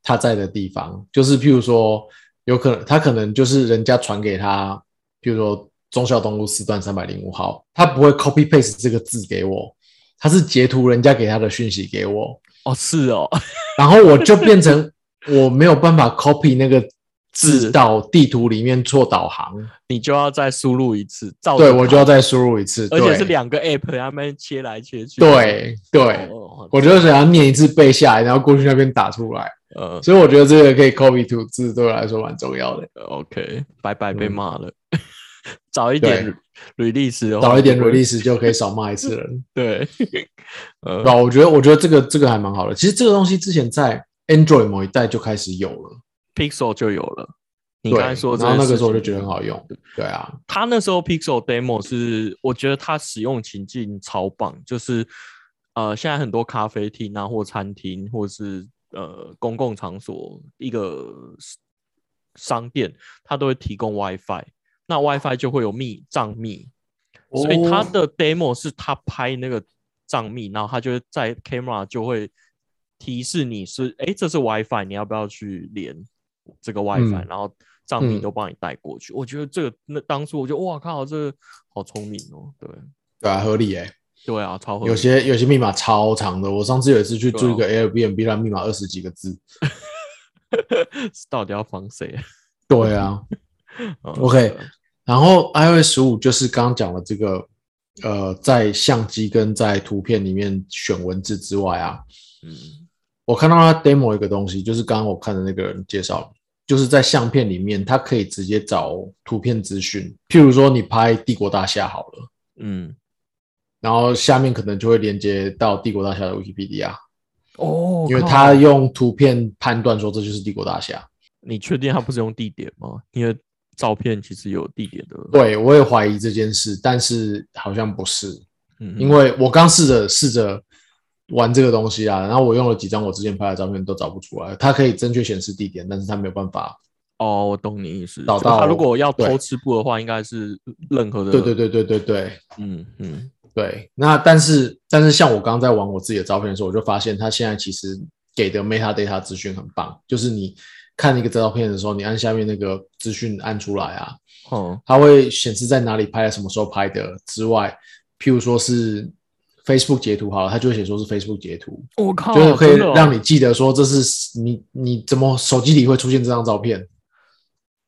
Speaker 2: 她在的地方，就是譬如说，有可能她可能就是人家传给她，譬如说忠孝东路四段三百零五号，她不会 copy paste 这个字给我，她是截图人家给她的讯息给我，
Speaker 1: 哦，是哦，
Speaker 2: 然后我就变成我没有办法 copy 那个
Speaker 1: 字
Speaker 2: 字到地图里面做导航，
Speaker 1: 你就要再输入一次，照
Speaker 2: 对
Speaker 1: 着
Speaker 2: 我
Speaker 1: 它
Speaker 2: 就要再输入一次，
Speaker 1: 而且是
Speaker 2: 对
Speaker 1: 两个 app，他们切来切去。
Speaker 2: 对对。
Speaker 1: 哦，
Speaker 2: 我就想要念一次背下来，然后过去那边打出来，
Speaker 1: 呃
Speaker 2: 所以我觉得这个可以 copy 图字对我来说蛮重要的。
Speaker 1: ，OK，拜拜，被
Speaker 2: 嗯
Speaker 1: 骂了。 早一点 release 的话
Speaker 2: 早一点
Speaker 1: 就会
Speaker 2: release 就可以少骂一次人，
Speaker 1: 对，
Speaker 2: 对啊
Speaker 1: 呃，
Speaker 2: 吧？我觉得，我觉得这个这个还蛮好的。其实这个东西之前在 Android 某一代就开始有了，
Speaker 1: Pixel 就有了。你
Speaker 2: 对。
Speaker 1: 刚才说这
Speaker 2: 然后
Speaker 1: 件
Speaker 2: 那个
Speaker 1: 事
Speaker 2: 时候我就
Speaker 1: 情
Speaker 2: 觉得很好用，对啊，
Speaker 1: 他那时候 Pixel Demo 是，我觉得它使用情境超棒，就是呃，现在很多咖啡厅啊，或餐厅，或是呃公共场所一个 s- 商店，它都会提供 WiFi，那 WiFi 就会有密账密，所以
Speaker 2: 哦
Speaker 1: 它的 Demo 是他拍那个账密，然后他就会在 Camera 就会提示你是，哎，这是 WiFi，你要不要去连这个 WiFi，、
Speaker 2: 嗯
Speaker 1: 然后账密
Speaker 2: 嗯
Speaker 1: 都帮你带过去。我觉得这个那当初我觉得哇靠，这个好聪明哦，对
Speaker 2: 对啊，合理诶、
Speaker 1: 对啊，超合
Speaker 2: 有
Speaker 1: 理
Speaker 2: 些有些密码超长的，我上次有一次去
Speaker 1: 对啊
Speaker 2: 住一个 Airbnb，它密码二十几个字。
Speaker 1: 到底要防 谁？
Speaker 2: 对啊，
Speaker 1: 嗯
Speaker 2: OK
Speaker 1: 对
Speaker 2: 然后 iOS 十五就是刚刚讲的这个，呃，在相机跟在图片里面选文字之外啊，
Speaker 1: 嗯
Speaker 2: 我看到它 demo 一个东西，就是刚刚我看的那个人介绍，就是在相片里面，它可以直接找图片资讯，譬如说你拍帝国大厦好了，
Speaker 1: 嗯，
Speaker 2: 然后下面可能就会连接到帝国大厦的 Wikipedia，
Speaker 1: 哦，
Speaker 2: 因为
Speaker 1: 靠
Speaker 2: 它用图片判断说这就是帝国大厦。
Speaker 1: 你确定他不是用地点吗？因为照片其实有地点的，
Speaker 2: 对，我也怀疑这件事，但是好像不是，
Speaker 1: 嗯，
Speaker 2: 因为我刚试着试着玩这个东西啊，然后我用了几张我之前拍的照片都找不出来，它可以正确显示地点，但是它没有办法。
Speaker 1: 哦，我懂你意思。
Speaker 2: 找
Speaker 1: 就是他
Speaker 2: 到
Speaker 1: 如果要
Speaker 2: 对
Speaker 1: 偷吃布的话，应该是任何的。
Speaker 2: 对对，对对对对
Speaker 1: 嗯嗯，
Speaker 2: 对。那但是但是像我刚刚在玩我自己的照片的时候，我就发现它现在其实给的 metadata 资讯很棒，就是你看一个照片的时候，你按下面那个资讯按出来啊，
Speaker 1: 哦
Speaker 2: 它会显示在哪里拍、什么时候拍的之外，譬如说是 Facebook 截图好了，它就会写说是 Facebook 截图。
Speaker 1: 我靠，
Speaker 2: 就是可以
Speaker 1: 真的哦
Speaker 2: 让你记得说这是你你怎么手机里会出现这张照片，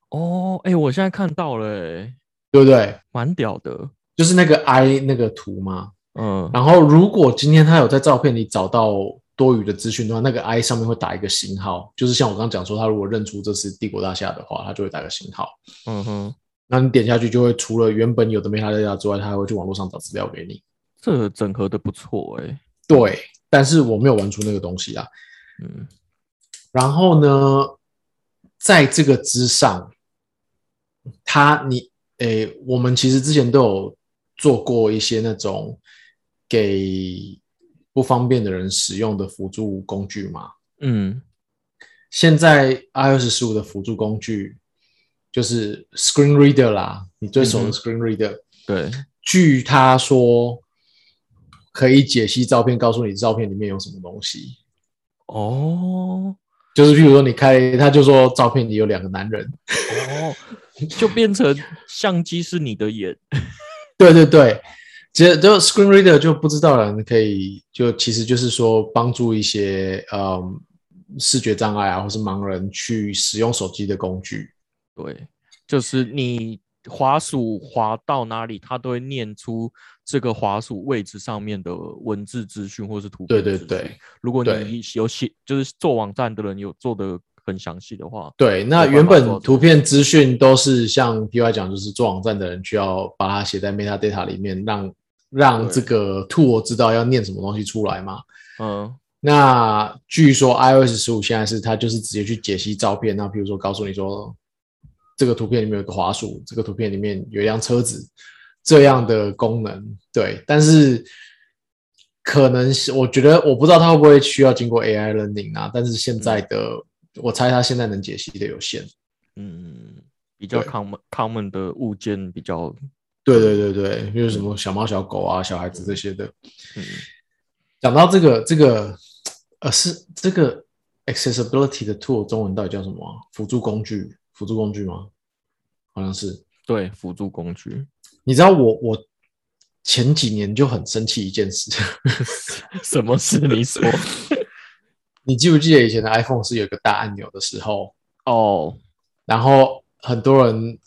Speaker 1: 哦，哎、我现在看到了、欸，
Speaker 2: 对不对？
Speaker 1: 蛮屌的。
Speaker 2: 就是那个 I 那个图嘛，
Speaker 1: 嗯，
Speaker 2: 然后如果今天他有在照片里找到多余的资讯的话，那个 I 上面会打一个星号，就是像我刚刚讲说，他如果认出这是帝国大厦的话，他就会打个星号。
Speaker 1: 嗯哼，
Speaker 2: 那你点下去就会除了原本有的 metadata 之外，它还会去网络上找资料给你。
Speaker 1: 这个整合的不错哎、
Speaker 2: 对，但是我没有玩出那个东西啊。
Speaker 1: 嗯
Speaker 2: 然后呢，在这个之上，他你诶、我们其实之前都有做过一些那种给不方便的人使用的辅助工具嘛。
Speaker 1: 嗯
Speaker 2: 现在 iOS 十五的辅助工具就是 Screen Reader 啦，你最熟
Speaker 1: 嗯哼
Speaker 2: 的 Screen Reader。
Speaker 1: 对，
Speaker 2: 据他说，可以解析照片，告诉你照片里面有什么东西。
Speaker 1: 哦
Speaker 2: 就是譬如说，你开，他就说照片里有两个男人，
Speaker 1: 哦，就变成相机是你的眼，
Speaker 2: 对对对，这就 Screen Reader 就不知道了，你可以就其实就是说帮助一些嗯视觉障碍啊，或是盲人去使用手机的工具。
Speaker 1: 对，就是你滑鼠滑到哪里，它都会念出这个滑鼠位置上面的文字资讯或是图
Speaker 2: 对
Speaker 1: 片。
Speaker 2: 对对，
Speaker 1: 如果你
Speaker 2: 对
Speaker 1: 有写，就是做网站的人有做的很详细的话，
Speaker 2: 对，那
Speaker 1: 有办法做
Speaker 2: 原本
Speaker 1: 这
Speaker 2: 图
Speaker 1: 个
Speaker 2: 片资讯都是像 P Y 讲，就是做网站的人需要把它写在 metadata 里面，让让
Speaker 1: 对
Speaker 2: 这个 tool 知道要念什么东西出来嘛。
Speaker 1: 嗯
Speaker 2: 那据说 iOS 十五现在是它就是直接去解析照片，那比如说告诉你说，这个图片里面有个滑鼠，这个图片里面有一辆车子，这样的功能。对，但是可能是我觉得我不知道它会不会需要经过 AI learning 啊，但是现在的、我猜它现在能解析的有限。
Speaker 1: 嗯，比较
Speaker 2: 对
Speaker 1: common common 的物件比较，
Speaker 2: 对对对对，因为什么小猫小狗啊、小孩子这些的。
Speaker 1: 嗯
Speaker 2: 讲到这个这个呃是这个 accessibility 的 tool 中文到底叫什么啊、辅助工具？辅助工具吗？好像是。
Speaker 1: 对，辅助工具
Speaker 2: 你知道我我前几年就很生气一件事，
Speaker 1: 什么是你说？
Speaker 2: 你记不记得以前的 iPhone 是有一个大按钮的时候，
Speaker 1: 哦，
Speaker 2: 然后很多人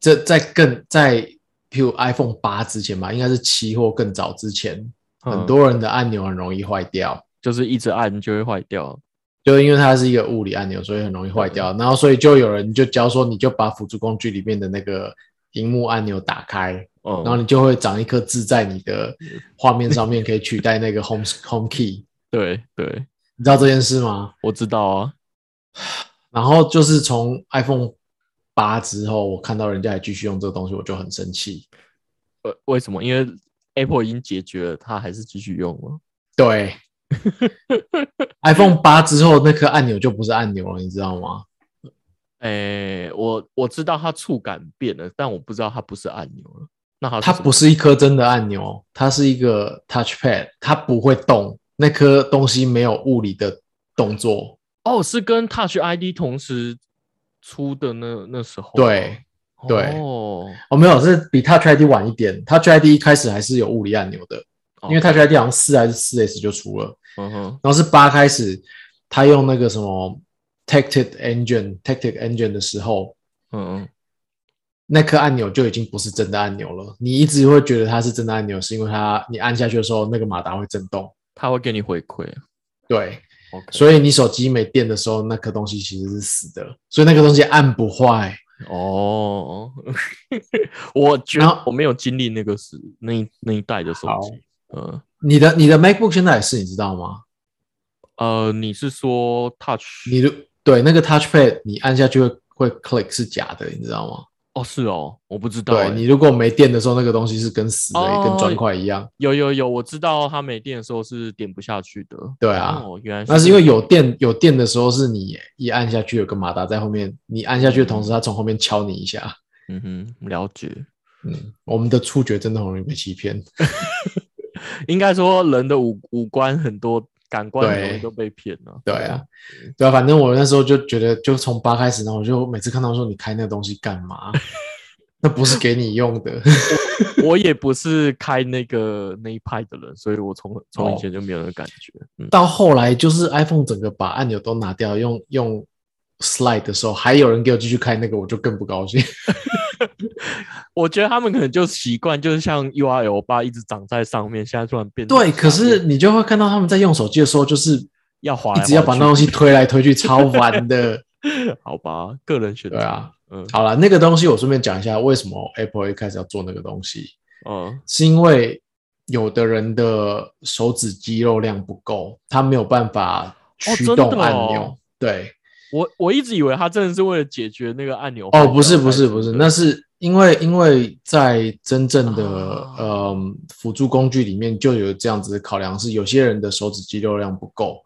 Speaker 2: 这在更在譬如 iPhone 八之前吧，应该是七或更早之前，
Speaker 1: 嗯
Speaker 2: 很多人的按钮很容易坏掉。
Speaker 1: 就是一直按就会坏掉，
Speaker 2: 就因为它是一个物理按钮，所以很容易坏掉。然后所以就有人就教说，你就把辅助工具里面的那个荧幕按钮打开，
Speaker 1: 嗯，
Speaker 2: 然后你就会长一颗痣在你的画面上面，可以取代那个 home home key。
Speaker 1: 对对，
Speaker 2: 你知道这件事吗？
Speaker 1: 我知道啊，
Speaker 2: 然后就是从 iPhone 八之后，我看到人家还继续用这个东西，我就很生气。
Speaker 1: 呃，为什么？因为 Apple 已经解决了，它还是继续用了。
Speaker 2: 对，iPhone 八之后那颗按钮就不是按钮了，你知道吗？
Speaker 1: 诶、我我知道它触感变了，但我不知道它不是按钮了。那它
Speaker 2: 它
Speaker 1: 什么
Speaker 2: 不是一颗真的按钮，哦它是一个 touchpad，它不会动，那颗东西没有物理的动作。
Speaker 1: 哦，是跟 Touch ID 同时出的那那时候吗。
Speaker 2: 对对
Speaker 1: 哦，
Speaker 2: 哦，没有，是比 Touch ID 晚一点。Touch ID 一开始还是有物理按钮的，因为 Touch ID 好像四还是四 S 就出了，
Speaker 1: 嗯哼，
Speaker 2: 然后是八开始，它用那个什么 Tactic Engine Tactic Engine 的时候，
Speaker 1: 嗯嗯，
Speaker 2: 那颗按钮就已经不是真的按钮了。你一直会觉得它是真的按钮，是因为它你按下去的时候，那个马达会震动。
Speaker 1: 它会给你回馈。
Speaker 2: 对，
Speaker 1: OK，
Speaker 2: 所以你手机没电的时候，那颗东西其实是死的，所以那个东西按不坏。
Speaker 1: 哦，我觉
Speaker 2: 然后
Speaker 1: 得我没有经历那个时那一那一代的手
Speaker 2: 好
Speaker 1: 机。嗯
Speaker 2: 你的你的 MacBook 现在也是，你知道吗？
Speaker 1: 呃，你是说 Touch？
Speaker 2: 你的对那个 TouchPad，你按下去会会 click 是假的，你知道吗？
Speaker 1: 哦，是哦，我不知道、欸。
Speaker 2: 对你如果没电的时候，那个东西是跟死的，
Speaker 1: 哦
Speaker 2: 跟砖块一样。
Speaker 1: 有有有，我知道它没电的时候是点不下去的。
Speaker 2: 对啊，
Speaker 1: 哦，原来
Speaker 2: 那是因
Speaker 1: 这
Speaker 2: 为
Speaker 1: 样
Speaker 2: 有电有电的时候，是你一按下去有个马达在后面，你按下去的同时，它从后面敲你一下。
Speaker 1: 嗯哼，了解。
Speaker 2: 嗯，我们的触觉真的很容易被欺骗。
Speaker 1: 应该说人的五五官很多感官很容易
Speaker 2: 对
Speaker 1: 都被骗了。
Speaker 2: 对啊，对啊，反正我那时候就觉得，就从八开始，然后我就每次看到说你开那个东西干嘛？ 那不是给你用的。
Speaker 1: 我也不是开那个那一派的人，所以我从从以
Speaker 2: 哦
Speaker 1: 前就没有那个感觉。嗯，
Speaker 2: 到后来就是 iPhone 整个把按钮都拿掉，用用 slide 的时候，还有人给我继续开那个，我就更不高兴。
Speaker 1: 我觉得他们可能就习惯，就是像 URL 八一直长在上面，现在突然变
Speaker 2: 对，
Speaker 1: 成
Speaker 2: 可
Speaker 1: 下面
Speaker 2: 是你就会看到他们在用手机的时候，就是一
Speaker 1: 要滑来
Speaker 2: 直要
Speaker 1: 滑
Speaker 2: 把
Speaker 1: 去
Speaker 2: 那东西推来推去，超烦 的。
Speaker 1: 好吧，个人选择
Speaker 2: 对啊，
Speaker 1: 嗯
Speaker 2: 好了，那个东西我顺便讲一下，为什么 Apple 一开始要做那个东西，
Speaker 1: 嗯
Speaker 2: 是因为有的人的手指肌肉量不够，他没有办法驱
Speaker 1: 真的
Speaker 2: 动
Speaker 1: 哦
Speaker 2: 按钮。对，
Speaker 1: 我我一直以为他真的是为了解决那个按钮坏
Speaker 2: 哦，
Speaker 1: 掉
Speaker 2: 不是
Speaker 1: 才
Speaker 2: 不是
Speaker 1: 做
Speaker 2: 不是，
Speaker 1: 的
Speaker 2: 那是因为因为在真正的
Speaker 1: 啊
Speaker 2: 呃辅助工具里面就有这样子的考量，是有些人的手指肌肉量不够，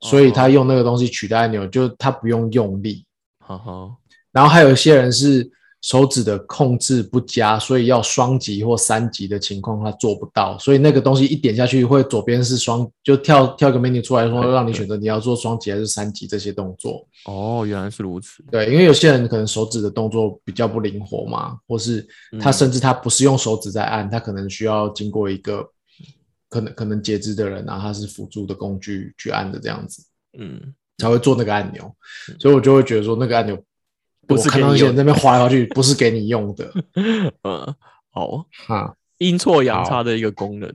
Speaker 2: 所以他
Speaker 1: 哦
Speaker 2: 用那个东西取代按钮，就他不用用力。
Speaker 1: 哈哈
Speaker 2: 然后还有一些人是手指的控制不佳，所以要双级或三级的情况他做不到，所以那个东西一点下去会左边是双，就跳跳个 menu 出来说
Speaker 1: 对
Speaker 2: 让你
Speaker 1: 对
Speaker 2: 选择你要做双级还是三级这些动作。
Speaker 1: 哦，原来是如此，
Speaker 2: 对，因为有些人可能手指的动作比较不灵活嘛，或是他
Speaker 1: 嗯
Speaker 2: 甚至他不是用手指在按，他可能需要经过一个可能可能截肢的人啊，他是辅助的工具去按的这样子，
Speaker 1: 嗯，
Speaker 2: 才会做那个按钮
Speaker 1: 嗯。
Speaker 2: 所以我就会觉得说那个按钮，
Speaker 1: 不
Speaker 2: 我
Speaker 1: 是
Speaker 2: 看
Speaker 1: 给
Speaker 2: 到
Speaker 1: 你
Speaker 2: 一些
Speaker 1: 用
Speaker 2: 人在那边划来划 去，不是给你用的
Speaker 1: 嗯，好，
Speaker 2: 啊。
Speaker 1: 阴错阳
Speaker 2: 好
Speaker 1: 差的一个功能。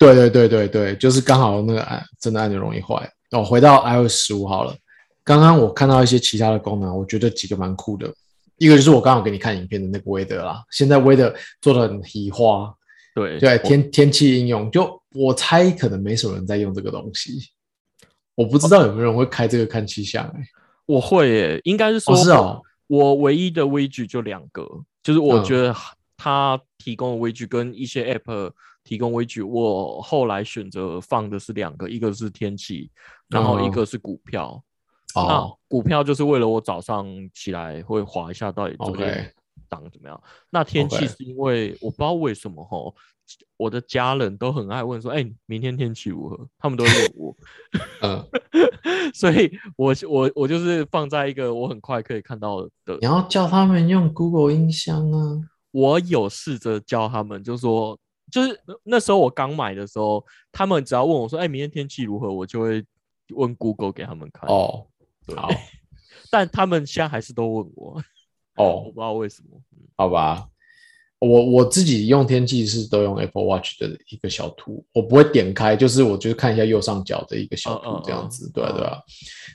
Speaker 2: 对对对对对，就是刚好那个按真的按钮容易坏。哦，回到 iOS 十五好了，刚刚我看到一些其他的功能，我觉得几个蛮酷的。一个就是我刚好给你看影片的那个 weather 啦，现在 weather 做的很移花，
Speaker 1: 对
Speaker 2: 对
Speaker 1: 我
Speaker 2: 天天气应用，就我猜可能没什么人在用这个东西，我不知道有没有人会开这个看气象、欸，
Speaker 1: 我会耶，应该是说，
Speaker 2: 哦是哦，
Speaker 1: 我唯一的微距就两个，就是我
Speaker 2: 嗯
Speaker 1: 觉得它提供的微距跟一些 App 提供微距，我后来选择放的是两个，一个是天气，然后一
Speaker 2: 嗯
Speaker 1: 个是股票。那
Speaker 2: 哦
Speaker 1: 啊股票就是为了我早上起来会划一下到底昨天
Speaker 2: OK
Speaker 1: 涨怎么样。那天气
Speaker 2: OK
Speaker 1: 是因为我不知道为什么吼，我的家人都很爱问说，哎、明天天气如何？他们都会问 我。
Speaker 2: 嗯，
Speaker 1: 所以我我我就是放在一个我很快可以看到的
Speaker 2: 你，要叫他们用 Google 音箱啊，
Speaker 1: 我有试着教他们，就说就是那时候我刚买的时候，他们只要问我说，哎、明天天气如何，我就会问 Google 给他们看。哦，
Speaker 2: 哦，
Speaker 1: 对
Speaker 2: 好，
Speaker 1: 但他们现在还是都问我， 我
Speaker 2: 哦
Speaker 1: 不，知道为什么。嗯
Speaker 2: 好吧，我我自己用天气是都用 Apple Watch 的一个小图，我不会点开，就是我就是看一下右上角的一个小
Speaker 1: 嗯嗯
Speaker 2: 图这样子，
Speaker 1: 嗯
Speaker 2: 对啊
Speaker 1: 嗯
Speaker 2: 对啊。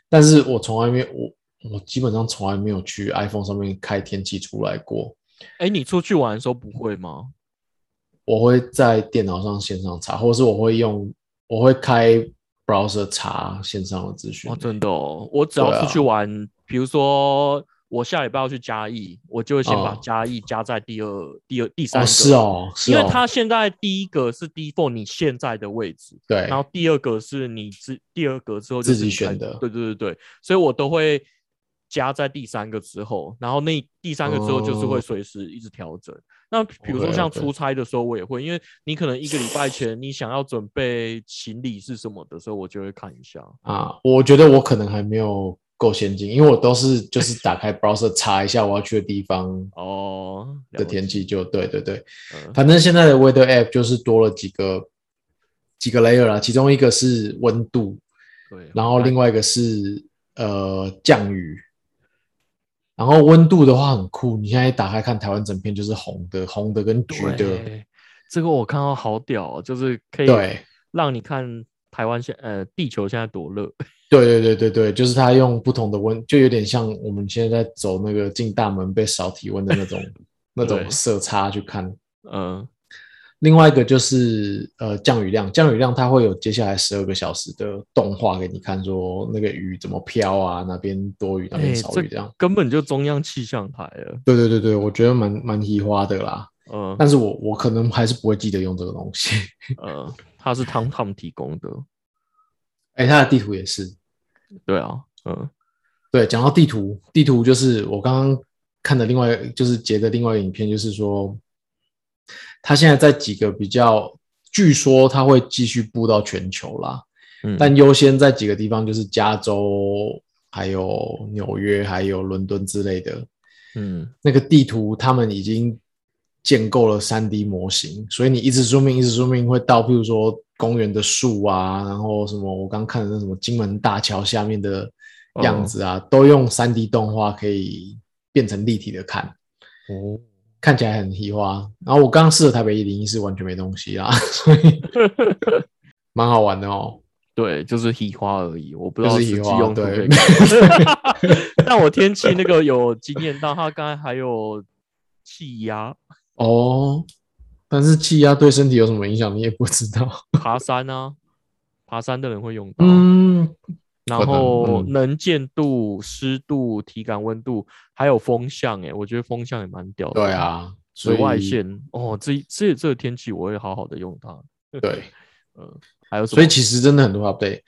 Speaker 2: 但是我从来没有，我我基本上从来没有去 iPhone 上面开天气出来过，
Speaker 1: 哎、你出去玩的时候不会
Speaker 2: 嗯
Speaker 1: 吗？
Speaker 2: 我会在电脑上线上查，或者是我会用，我会开 browser 查线上的资讯。
Speaker 1: 哦，真的哦，我只
Speaker 2: 对
Speaker 1: 要
Speaker 2: 啊
Speaker 1: 出去玩，比如说我下礼拜要去嘉义，我就会先把
Speaker 2: 哦
Speaker 1: 嘉义加在第二、第二、第三
Speaker 2: 哦，
Speaker 1: 个。
Speaker 2: 是哦，是
Speaker 1: 因
Speaker 2: 哦，
Speaker 1: 为它现在第一个是 default 你现在的位置，
Speaker 2: 对，
Speaker 1: 然后第二个是你自第二个之后就
Speaker 2: 自
Speaker 1: 是
Speaker 2: 己
Speaker 1: 你开
Speaker 2: 选的
Speaker 1: 对对对对，所以我都会加在第三个之后，然后那第三个之后就是会
Speaker 2: 哦
Speaker 1: 随时一直调整。那比如说
Speaker 2: OK，OK
Speaker 1: 像出差的时候，我也会，因为你可能一个礼拜前你想要准备行李是什么的时候，我就会看一下。
Speaker 2: 啊，我觉得我可能还没有够先进，因为我都是 就是打开 browser 查一下我要去的地方
Speaker 1: 哦，了
Speaker 2: 的天
Speaker 1: 解，
Speaker 2: 气，就对对对。
Speaker 1: 嗯
Speaker 2: 反正现在的 weather app 就是多了几个几个 layer 啦，其中一个是温度，
Speaker 1: 对，
Speaker 2: 然后另外一个是呃降雨。然后温度的话很酷，你现在一打开看台湾整片就是红的，红的跟橘的，
Speaker 1: 对这个我看到好屌哦，就是可以
Speaker 2: 对
Speaker 1: 让你看台湾现呃地球现在多热。
Speaker 2: 对对对对对，就是它用不同的温，就有点像我们现在在走那个进大门被扫体温的 那种那
Speaker 1: 对
Speaker 2: 种色差去看。
Speaker 1: 嗯，
Speaker 2: 另外一个就是呃降雨量，降雨量它会有接下来十二个小时的动画给你看，说那个雨怎么飘啊，哪边多雨哪边
Speaker 1: 哎
Speaker 2: 少
Speaker 1: 这
Speaker 2: 雨这样。
Speaker 1: 根本就中央气象台了。
Speaker 2: 对对对对，我觉得蛮蛮移花的啦，
Speaker 1: 嗯
Speaker 2: 但是我我可能还是不会记得用这个东西。
Speaker 1: 呃，它是汤汤提供的。
Speaker 2: 哎、它的地图也是，
Speaker 1: 对啊，嗯
Speaker 2: 对，讲到地图，地图就是我刚刚看的另外就是截的另外一个影片，就是说它现在在几个比较，据说它会继续布到全球啦，
Speaker 1: 嗯，
Speaker 2: 但优先在几个地方就是加州、还有纽约、还有伦敦之类的
Speaker 1: 嗯
Speaker 2: 那个地图，他们已经建构了 3D 模型，所以你一直说明一直说明会到，譬如说公园的树啊，然后什么我刚看的那什么金门大桥下面的
Speaker 1: 哦
Speaker 2: 样子啊，都用 3D 动画可以变成立体的看。
Speaker 1: 哦，
Speaker 2: 看起来很提花。然后我刚试了台北一零一是完全没东西啊， 所 以蛮好玩的哦。
Speaker 1: 对，就是移花而已，我不知道
Speaker 2: 就是
Speaker 1: 实
Speaker 2: 移
Speaker 1: 际
Speaker 2: 花
Speaker 1: 用途可以
Speaker 2: 对
Speaker 1: 干嘛。 但我天气那个有经验到，它刚才还有气压
Speaker 2: 哦，但是气压对身体有什么影响，你也不知道。
Speaker 1: 爬山啊，爬山的人会用到。
Speaker 2: 嗯，
Speaker 1: 然
Speaker 2: 可能
Speaker 1: 后
Speaker 2: 嗯
Speaker 1: 能见度、湿度、体感温度，还有风向、欸，哎，我觉得风向也蛮屌的。
Speaker 2: 对，啊，所
Speaker 1: 紫
Speaker 2: 以
Speaker 1: 外线哦，这这这个天气我会好好的用它。
Speaker 2: 对，
Speaker 1: 还有什么？
Speaker 2: 所以其实真的很多 update。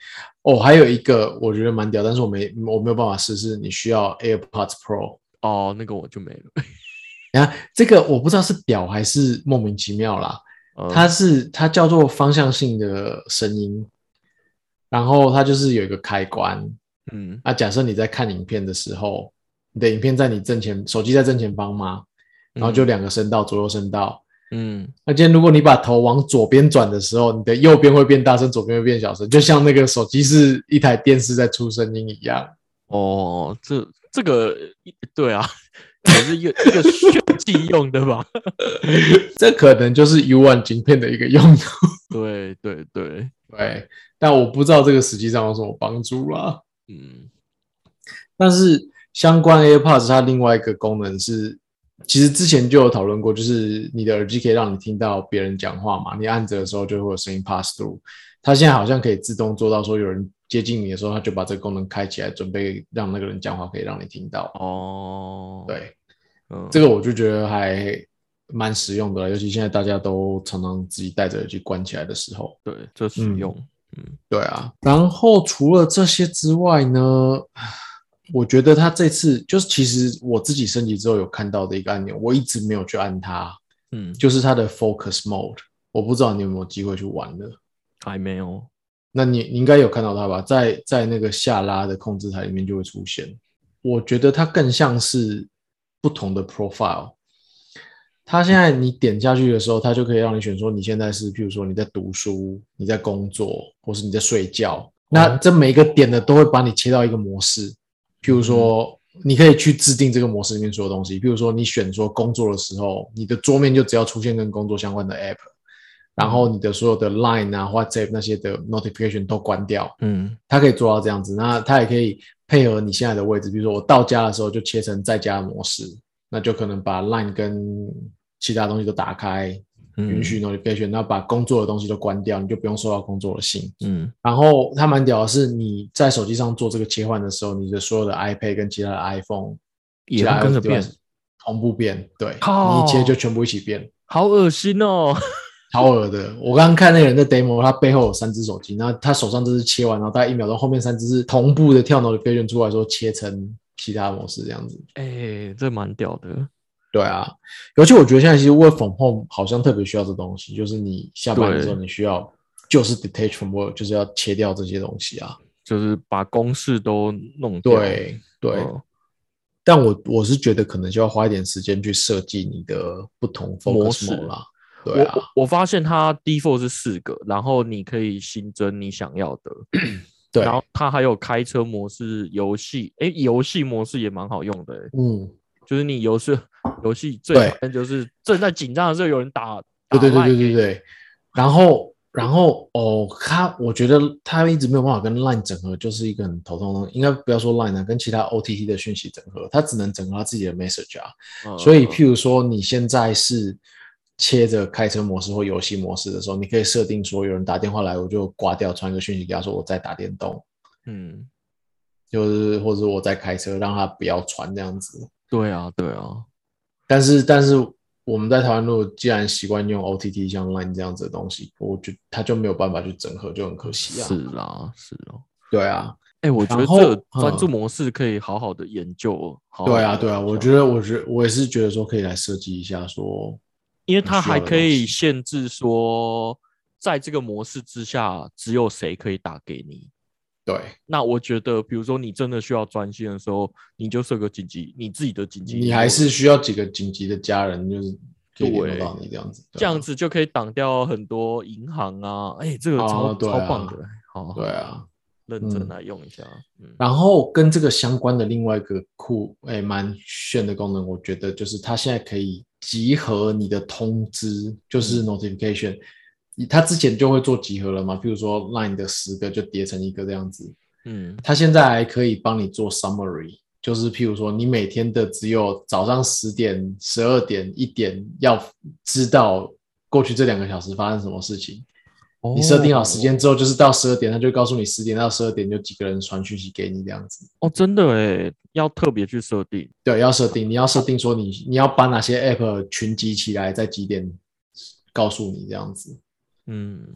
Speaker 2: 哦，还有一个我觉得蛮屌，但是我没我没有办法试，是你需要 AirPods Pro。
Speaker 1: 哦，那个我就没了。
Speaker 2: 啊，这个我不知道是屌还是莫名其妙啦。
Speaker 1: 呃
Speaker 2: 它是它叫做方向性的声音，然后它就是有一个开关。
Speaker 1: 嗯
Speaker 2: 啊，假设你在看影片的时候，你的影片在你正前，手机在正前方嘛，然后就两个声道，左右声道。
Speaker 1: 嗯，
Speaker 2: 那今天如果你把头往左边转的时候，你的右边会变大声，左边会变小声，就像那个手机是一台电视在出声音一样。
Speaker 1: 哦，这这个对 啊，也是一个一 个炫技用的吧？
Speaker 2: 这可能就是 U One 晶片的一个用途。
Speaker 1: 对对对，
Speaker 2: 对，但我不知道这个实际上有什么帮助啦。
Speaker 1: 嗯
Speaker 2: 但是相关 AirPods 它另外一个功能是，其实之前就有讨论过，就是你的耳机可以让你听到别人讲话嘛，你按着的时候就会有声音 pass through。它现在好像可以自动做到说有人接近你的时候，它就把这个功能开起来，准备让那个人讲话可以让你听到。
Speaker 1: 哦，，
Speaker 2: 对，
Speaker 1: 嗯，
Speaker 2: 这个我就觉得还蛮实用的啦，尤其现在大家都常常自己戴着耳机关起来的时候。
Speaker 1: 对这实
Speaker 2: 嗯
Speaker 1: 用。
Speaker 2: 对啊，然后除了这些之外呢，我觉得他这次就是其实我自己升级之后有看到的一个按钮，我一直没有去按它，
Speaker 1: 嗯，
Speaker 2: 就是它的 Focus Mode，我不知道你有没有机会去玩的。
Speaker 1: 还没有。
Speaker 2: 那你你应该有看到它吧？在在那个下拉的控制台里面就会出现。我觉得它更像是不同的 profile。它现在你点下去的时候，它就可以让你选说你现在是，譬如说你在读书、你在工作，或是你在睡觉。那这每一个点呢，都会把你切到一个模式。譬如说，你可以去制定这个模式里面所有东西。譬如说，你选说工作的时候，你的桌面就只要出现跟工作相关的 app，然后你的所有的 Line 啊、WhatsApp 那些的 notification 都关掉，
Speaker 1: 嗯
Speaker 2: 它可以做到这样子。那它也可以配合你现在的位置，比如说我到家的时候就切成在家的模式，那就可能把 Line 跟其他东西都打开，
Speaker 1: 嗯，
Speaker 2: 允许 notification，那把工作的东西都关掉，你就不用收到工作的信。
Speaker 1: 嗯
Speaker 2: 然后它蛮屌的是，你在手机上做这个切换的时候，你的所有的 iPad 跟其他的 iPhone
Speaker 1: 也
Speaker 2: 其他
Speaker 1: 会跟着
Speaker 2: iOS
Speaker 1: 变
Speaker 2: device 同步变，对，
Speaker 1: 靠
Speaker 2: 你一切就全部一起变，
Speaker 1: 好恶心 哦！
Speaker 2: 超恶的。我刚刚看那个人的 demo，他背后有三只手机，然后他手上这只切完，然后大概一秒钟后面三只是同步的跳 notification 出来说切成其他模式这样子。
Speaker 1: 哎、这蛮屌的。
Speaker 2: 对啊，尤其我觉得现在其实 work from home 好像特别需要这东西，就是你下班的时候你需要就是 detach from work，就是要切掉这些东西啊。
Speaker 1: 就是把公式都弄掉。
Speaker 2: 对对，
Speaker 1: 嗯
Speaker 2: 但我我是觉得可能就要花一点时间去设计你的不同
Speaker 1: 模
Speaker 2: focus
Speaker 1: 式
Speaker 2: mode 啦。对啊，
Speaker 1: 我我发现它 default 是四个，然后你可以新增你想要的，
Speaker 2: 对
Speaker 1: 然，后它还有开车模式、游戏，哎，游戏模式也蛮好用的、诶
Speaker 2: 嗯，
Speaker 1: 就是你游戏 游戏最
Speaker 2: 对
Speaker 1: 讨厌就是正在紧张的时候有人打，
Speaker 2: 对对对
Speaker 1: 打
Speaker 2: 对
Speaker 1: line
Speaker 2: 对
Speaker 1: 给
Speaker 2: 对。然后然后哦，他我觉得他一直没有办法跟 Line 整合，就是一个很头痛的东西。应该不要说 Line 啊，跟其他 OTT 的讯息整合，他只能整合他自己的 message 啊。
Speaker 1: 你，
Speaker 2: 所以，
Speaker 1: 嗯
Speaker 2: 譬如说你现在是切着开车模式或游戏模式的时候，你可以设定说有人打电话来，我就挂掉，传一个讯息给他说我在打电动。
Speaker 1: 嗯，
Speaker 2: 就是或者我在开车，让他不要传这样子。
Speaker 1: 对啊，对啊，
Speaker 2: 但是，但是我们在台湾，如果既然习惯用 OTT 像 Line 这样子的东西，我就他就没有办法去整合，就很可惜啊。
Speaker 1: 是，啦，是哦。
Speaker 2: 对啊，
Speaker 1: 哎、我觉得
Speaker 2: 然
Speaker 1: 这
Speaker 2: 后
Speaker 1: 个专
Speaker 2: 嗯
Speaker 1: 注模式可以好好的研究哦。好好
Speaker 2: 对啊，
Speaker 1: 地
Speaker 2: 对啊。
Speaker 1: 研
Speaker 2: 我
Speaker 1: 究
Speaker 2: 觉得，我觉我也是觉得说可以来设计一下说，
Speaker 1: 因为它
Speaker 2: 需要
Speaker 1: 还
Speaker 2: 的
Speaker 1: 可
Speaker 2: 东
Speaker 1: 以
Speaker 2: 西
Speaker 1: 限制说，在这个模式之下，只有谁可以打给你。
Speaker 2: 对
Speaker 1: 那我觉得，比如说你真的需要专心的时候，你就设个紧急，你自己的紧急联络人，
Speaker 2: 你还是需要几个紧急的家人，就是可以联络到
Speaker 1: 对
Speaker 2: 你这样子。对啊
Speaker 1: 这样，子就可以挡掉很多银行啊，哎、这个超、
Speaker 2: 啊对
Speaker 1: 超棒
Speaker 2: 啊
Speaker 1: 的，好，
Speaker 2: 对啊。
Speaker 1: 认真来用一下。嗯，
Speaker 2: 然后跟这个相关的另外一个酷哎蛮炫的功能，我觉得就是它现在可以集合你的通知，就是 notification。你它之前就会做集合了嘛，譬如说 Line 的十个就叠成一个这样子，
Speaker 1: 嗯
Speaker 2: 它现在还可以帮你做 summary，就是譬如说你每天的只有早上十点、十二点、一点要知道过去这两个小时发生什么事情。
Speaker 1: 哦
Speaker 2: 你设定好时间之后，就是到十二点，它就会告诉你十点到十二点有几个人传讯息给你这样子。
Speaker 1: 哦，真的诶，要特别去设定。
Speaker 2: 对，要设定，你要设定说你你要把哪些 app 群集起来，在几点告诉你这样子。
Speaker 1: 嗯，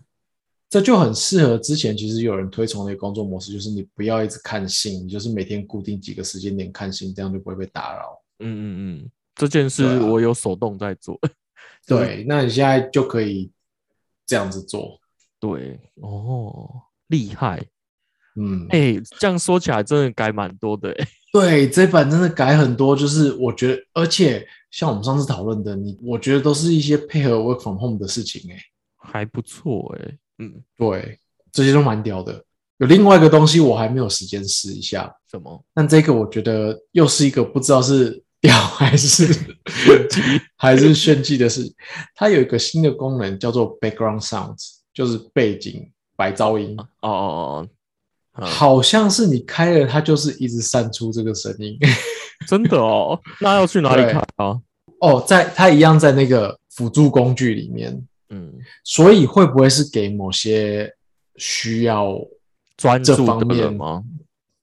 Speaker 2: 这就很适合之前其实有人推崇的一个工作模式，就是你不要一直看信，你就是每天固定几个时间点看信，这样就不会被打扰。
Speaker 1: 嗯嗯嗯，这件事
Speaker 2: 对啊
Speaker 1: 我有手动在做。 就是
Speaker 2: 对，那你现在就可以这样子做。
Speaker 1: 对，哦，厉害！
Speaker 2: 嗯，
Speaker 1: 哎、这样说起来真的改蛮多的、欸。
Speaker 2: 对，这版真的改很多，就是我觉得，而且像我们上次讨论的，你我觉得都是一些配合 work from home 的事情、欸，
Speaker 1: 还不错哎、嗯，
Speaker 2: 对，这些都蛮屌的。有另外一个东西我还没有时间试一下，
Speaker 1: 什么？
Speaker 2: 但这个我觉得又是一个不知道是屌还是
Speaker 1: 技
Speaker 2: 还是炫技的事。它有一个新的功能叫做 background sounds，就是背景白噪音，
Speaker 1: 哦哦哦哦，
Speaker 2: 好像是你开了它就是一直散出这个声音。
Speaker 1: 嗯，真的哦，那要去哪里
Speaker 2: 对
Speaker 1: 看啊？
Speaker 2: 哦，在它一样在那个辅助工具里面，
Speaker 1: 嗯，
Speaker 2: 所以会不会是给某些需要
Speaker 1: 专
Speaker 2: 这
Speaker 1: 注
Speaker 2: 方
Speaker 1: 的人
Speaker 2: 面
Speaker 1: 吗？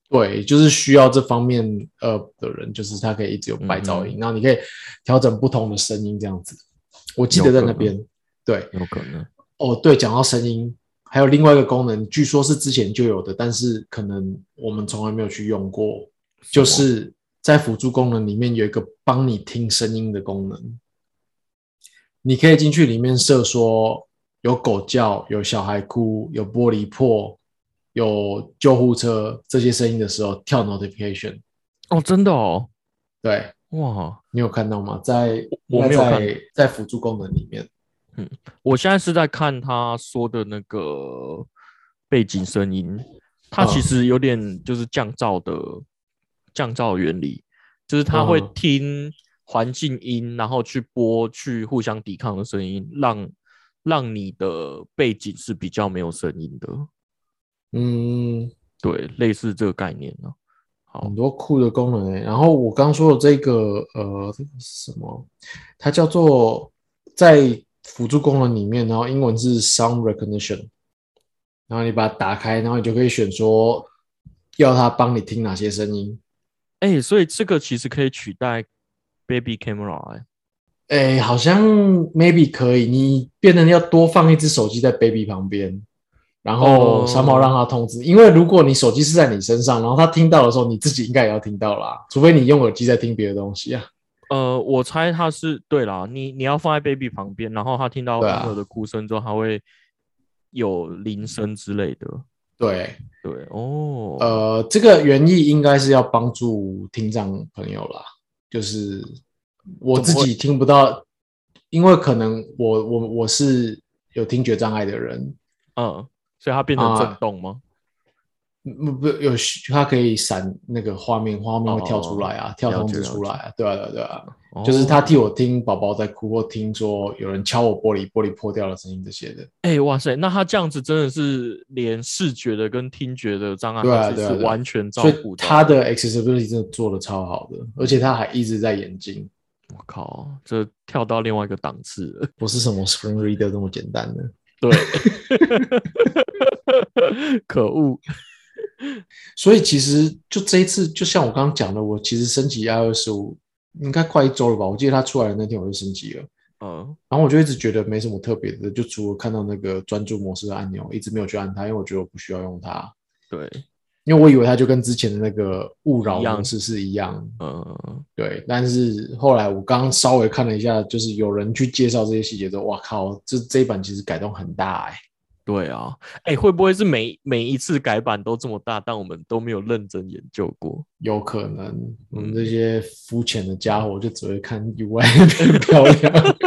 Speaker 2: 对，就是需要这方面呃的人，就是他可以一直有白噪音，然后你可以调整不同的声音这样子。我记得在那边，对，
Speaker 1: 有可能。
Speaker 2: 哦，对，讲到声音，还有另外一个功能，据说是之前就有的，但是可能我们从来没有去用过，就
Speaker 1: 什么
Speaker 2: 是在辅助功能里面有一个帮你听声音的功能，你可以进去里面设说有狗叫、有小孩哭、有玻璃破、有救护车这些声音的时候跳 notification，
Speaker 1: 哦，真的哦，
Speaker 2: 对
Speaker 1: 哇！
Speaker 2: 你有看到吗？在
Speaker 1: 我没有看
Speaker 2: 在在辅助功能里面，
Speaker 1: 我现在是在看他说的那个背景声音，它其
Speaker 2: 嗯
Speaker 1: 实有点就是降噪的降噪原理，就是它会
Speaker 2: 嗯
Speaker 1: 听环境音，然后去播去互相抵抗的声音，让让你的背景是比较没有声音的，
Speaker 2: 嗯，
Speaker 1: 对，类似这个概念啊呢、好
Speaker 2: 很多酷的功能、欸。然后我刚说的这个呃这个是什么，它叫做在辅助功能里面，然后英文是 Sound Recognition，然后你把它打开，然后你就可以选说要它帮你听哪些声音。
Speaker 1: 哎、所以这个其实可以取代 baby camera，、欸、
Speaker 2: 哎，好像 maybe 可以，你变成要多放一只手机在 baby 旁边，然后
Speaker 1: 哦
Speaker 2: 三毛让它通知，因为如果你手机是在你身上，然后它听到的时候，你自己应该也要听到啦，除非你用耳机在听别的东西啊。
Speaker 1: 呃，我猜他是对啦，你你要放在 baby 旁边，然后他听到
Speaker 2: 对
Speaker 1: 婴
Speaker 2: 啊
Speaker 1: 儿的哭声之后，他会有铃声之类的。
Speaker 2: 对，
Speaker 1: 对哦，
Speaker 2: 呃，这个原意应该是要帮助听障朋友啦，就是我自己听不到，因为可能我我我是有听觉障碍的人，
Speaker 1: 嗯，所以它变成震
Speaker 2: 啊
Speaker 1: 动吗？
Speaker 2: 嗯不有它可以闪那个画面，画面会跳出来啊，跳
Speaker 1: 了
Speaker 2: 通
Speaker 1: 解
Speaker 2: 知
Speaker 1: 哦了
Speaker 2: 出
Speaker 1: 解
Speaker 2: 来啊，对啊对啊对啊，
Speaker 1: 哦
Speaker 2: 就是他替我听宝宝在哭或听说有人敲我玻璃，玻璃破掉了声音这些的，
Speaker 1: 哎、哇塞，那他这样子真的是连视觉的跟听觉的障碍，
Speaker 2: 对啊
Speaker 1: 它是
Speaker 2: 对啊
Speaker 1: 是
Speaker 2: 对啊
Speaker 1: 完全照
Speaker 2: 所以
Speaker 1: 顾到
Speaker 2: 他的 accessibility 真的做的超好的，而且他还一直在演进，
Speaker 1: 我靠，这跳到另外一个档次了。
Speaker 2: 不是什么 screen reader 那么简单的。
Speaker 1: 对， 可恶。
Speaker 2: 所以其实就这一次，就像我刚刚讲的，我其实升级 iOS 十五应该快一周了吧？我记得它出来的那天我就升级了，
Speaker 1: 嗯，
Speaker 2: 然后我就一直觉得没什么特别的，就除了看到那个专注模式的按钮，一直没有去按它，因为我觉得我不需要用它，
Speaker 1: 对，
Speaker 2: 因为我以为它就跟之前的那个勿扰
Speaker 1: 一样
Speaker 2: 模式是一样。
Speaker 1: 嗯，
Speaker 2: 对，但是后来我刚刚稍微看了一下，就是有人去介绍这些细节之后，哇靠，这这一版其实改动很大哎、
Speaker 1: 对啊。哎、会不会是每每一次改版都这么大，但我们都没有认真研究过？
Speaker 2: 有可能我们
Speaker 1: 嗯
Speaker 2: 这些肤浅的家伙就只会看 UI 变漂亮。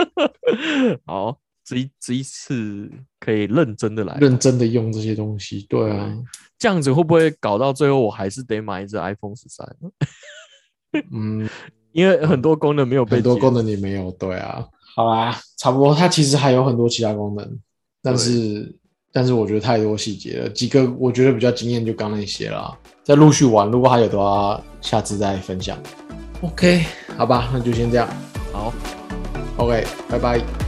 Speaker 1: 好，这一这一次可以认真的来，
Speaker 2: 认真的用这些东西，对啊，
Speaker 1: 这样子会不会搞到最后我还是得买一只 iPhone 十三？
Speaker 2: 嗯，
Speaker 1: 因为很多功能没有被
Speaker 2: 很多
Speaker 1: 解
Speaker 2: 功能你没有，对啊，好啦，差不多，它其实还有很多其他功能，但是但是我觉得太多细节了，几个我觉得比较惊艳就刚那些啦，再陆续玩，如果还有的话，下次再分享。OK，好吧，那就先这样
Speaker 1: 好。
Speaker 2: ，OK，拜拜。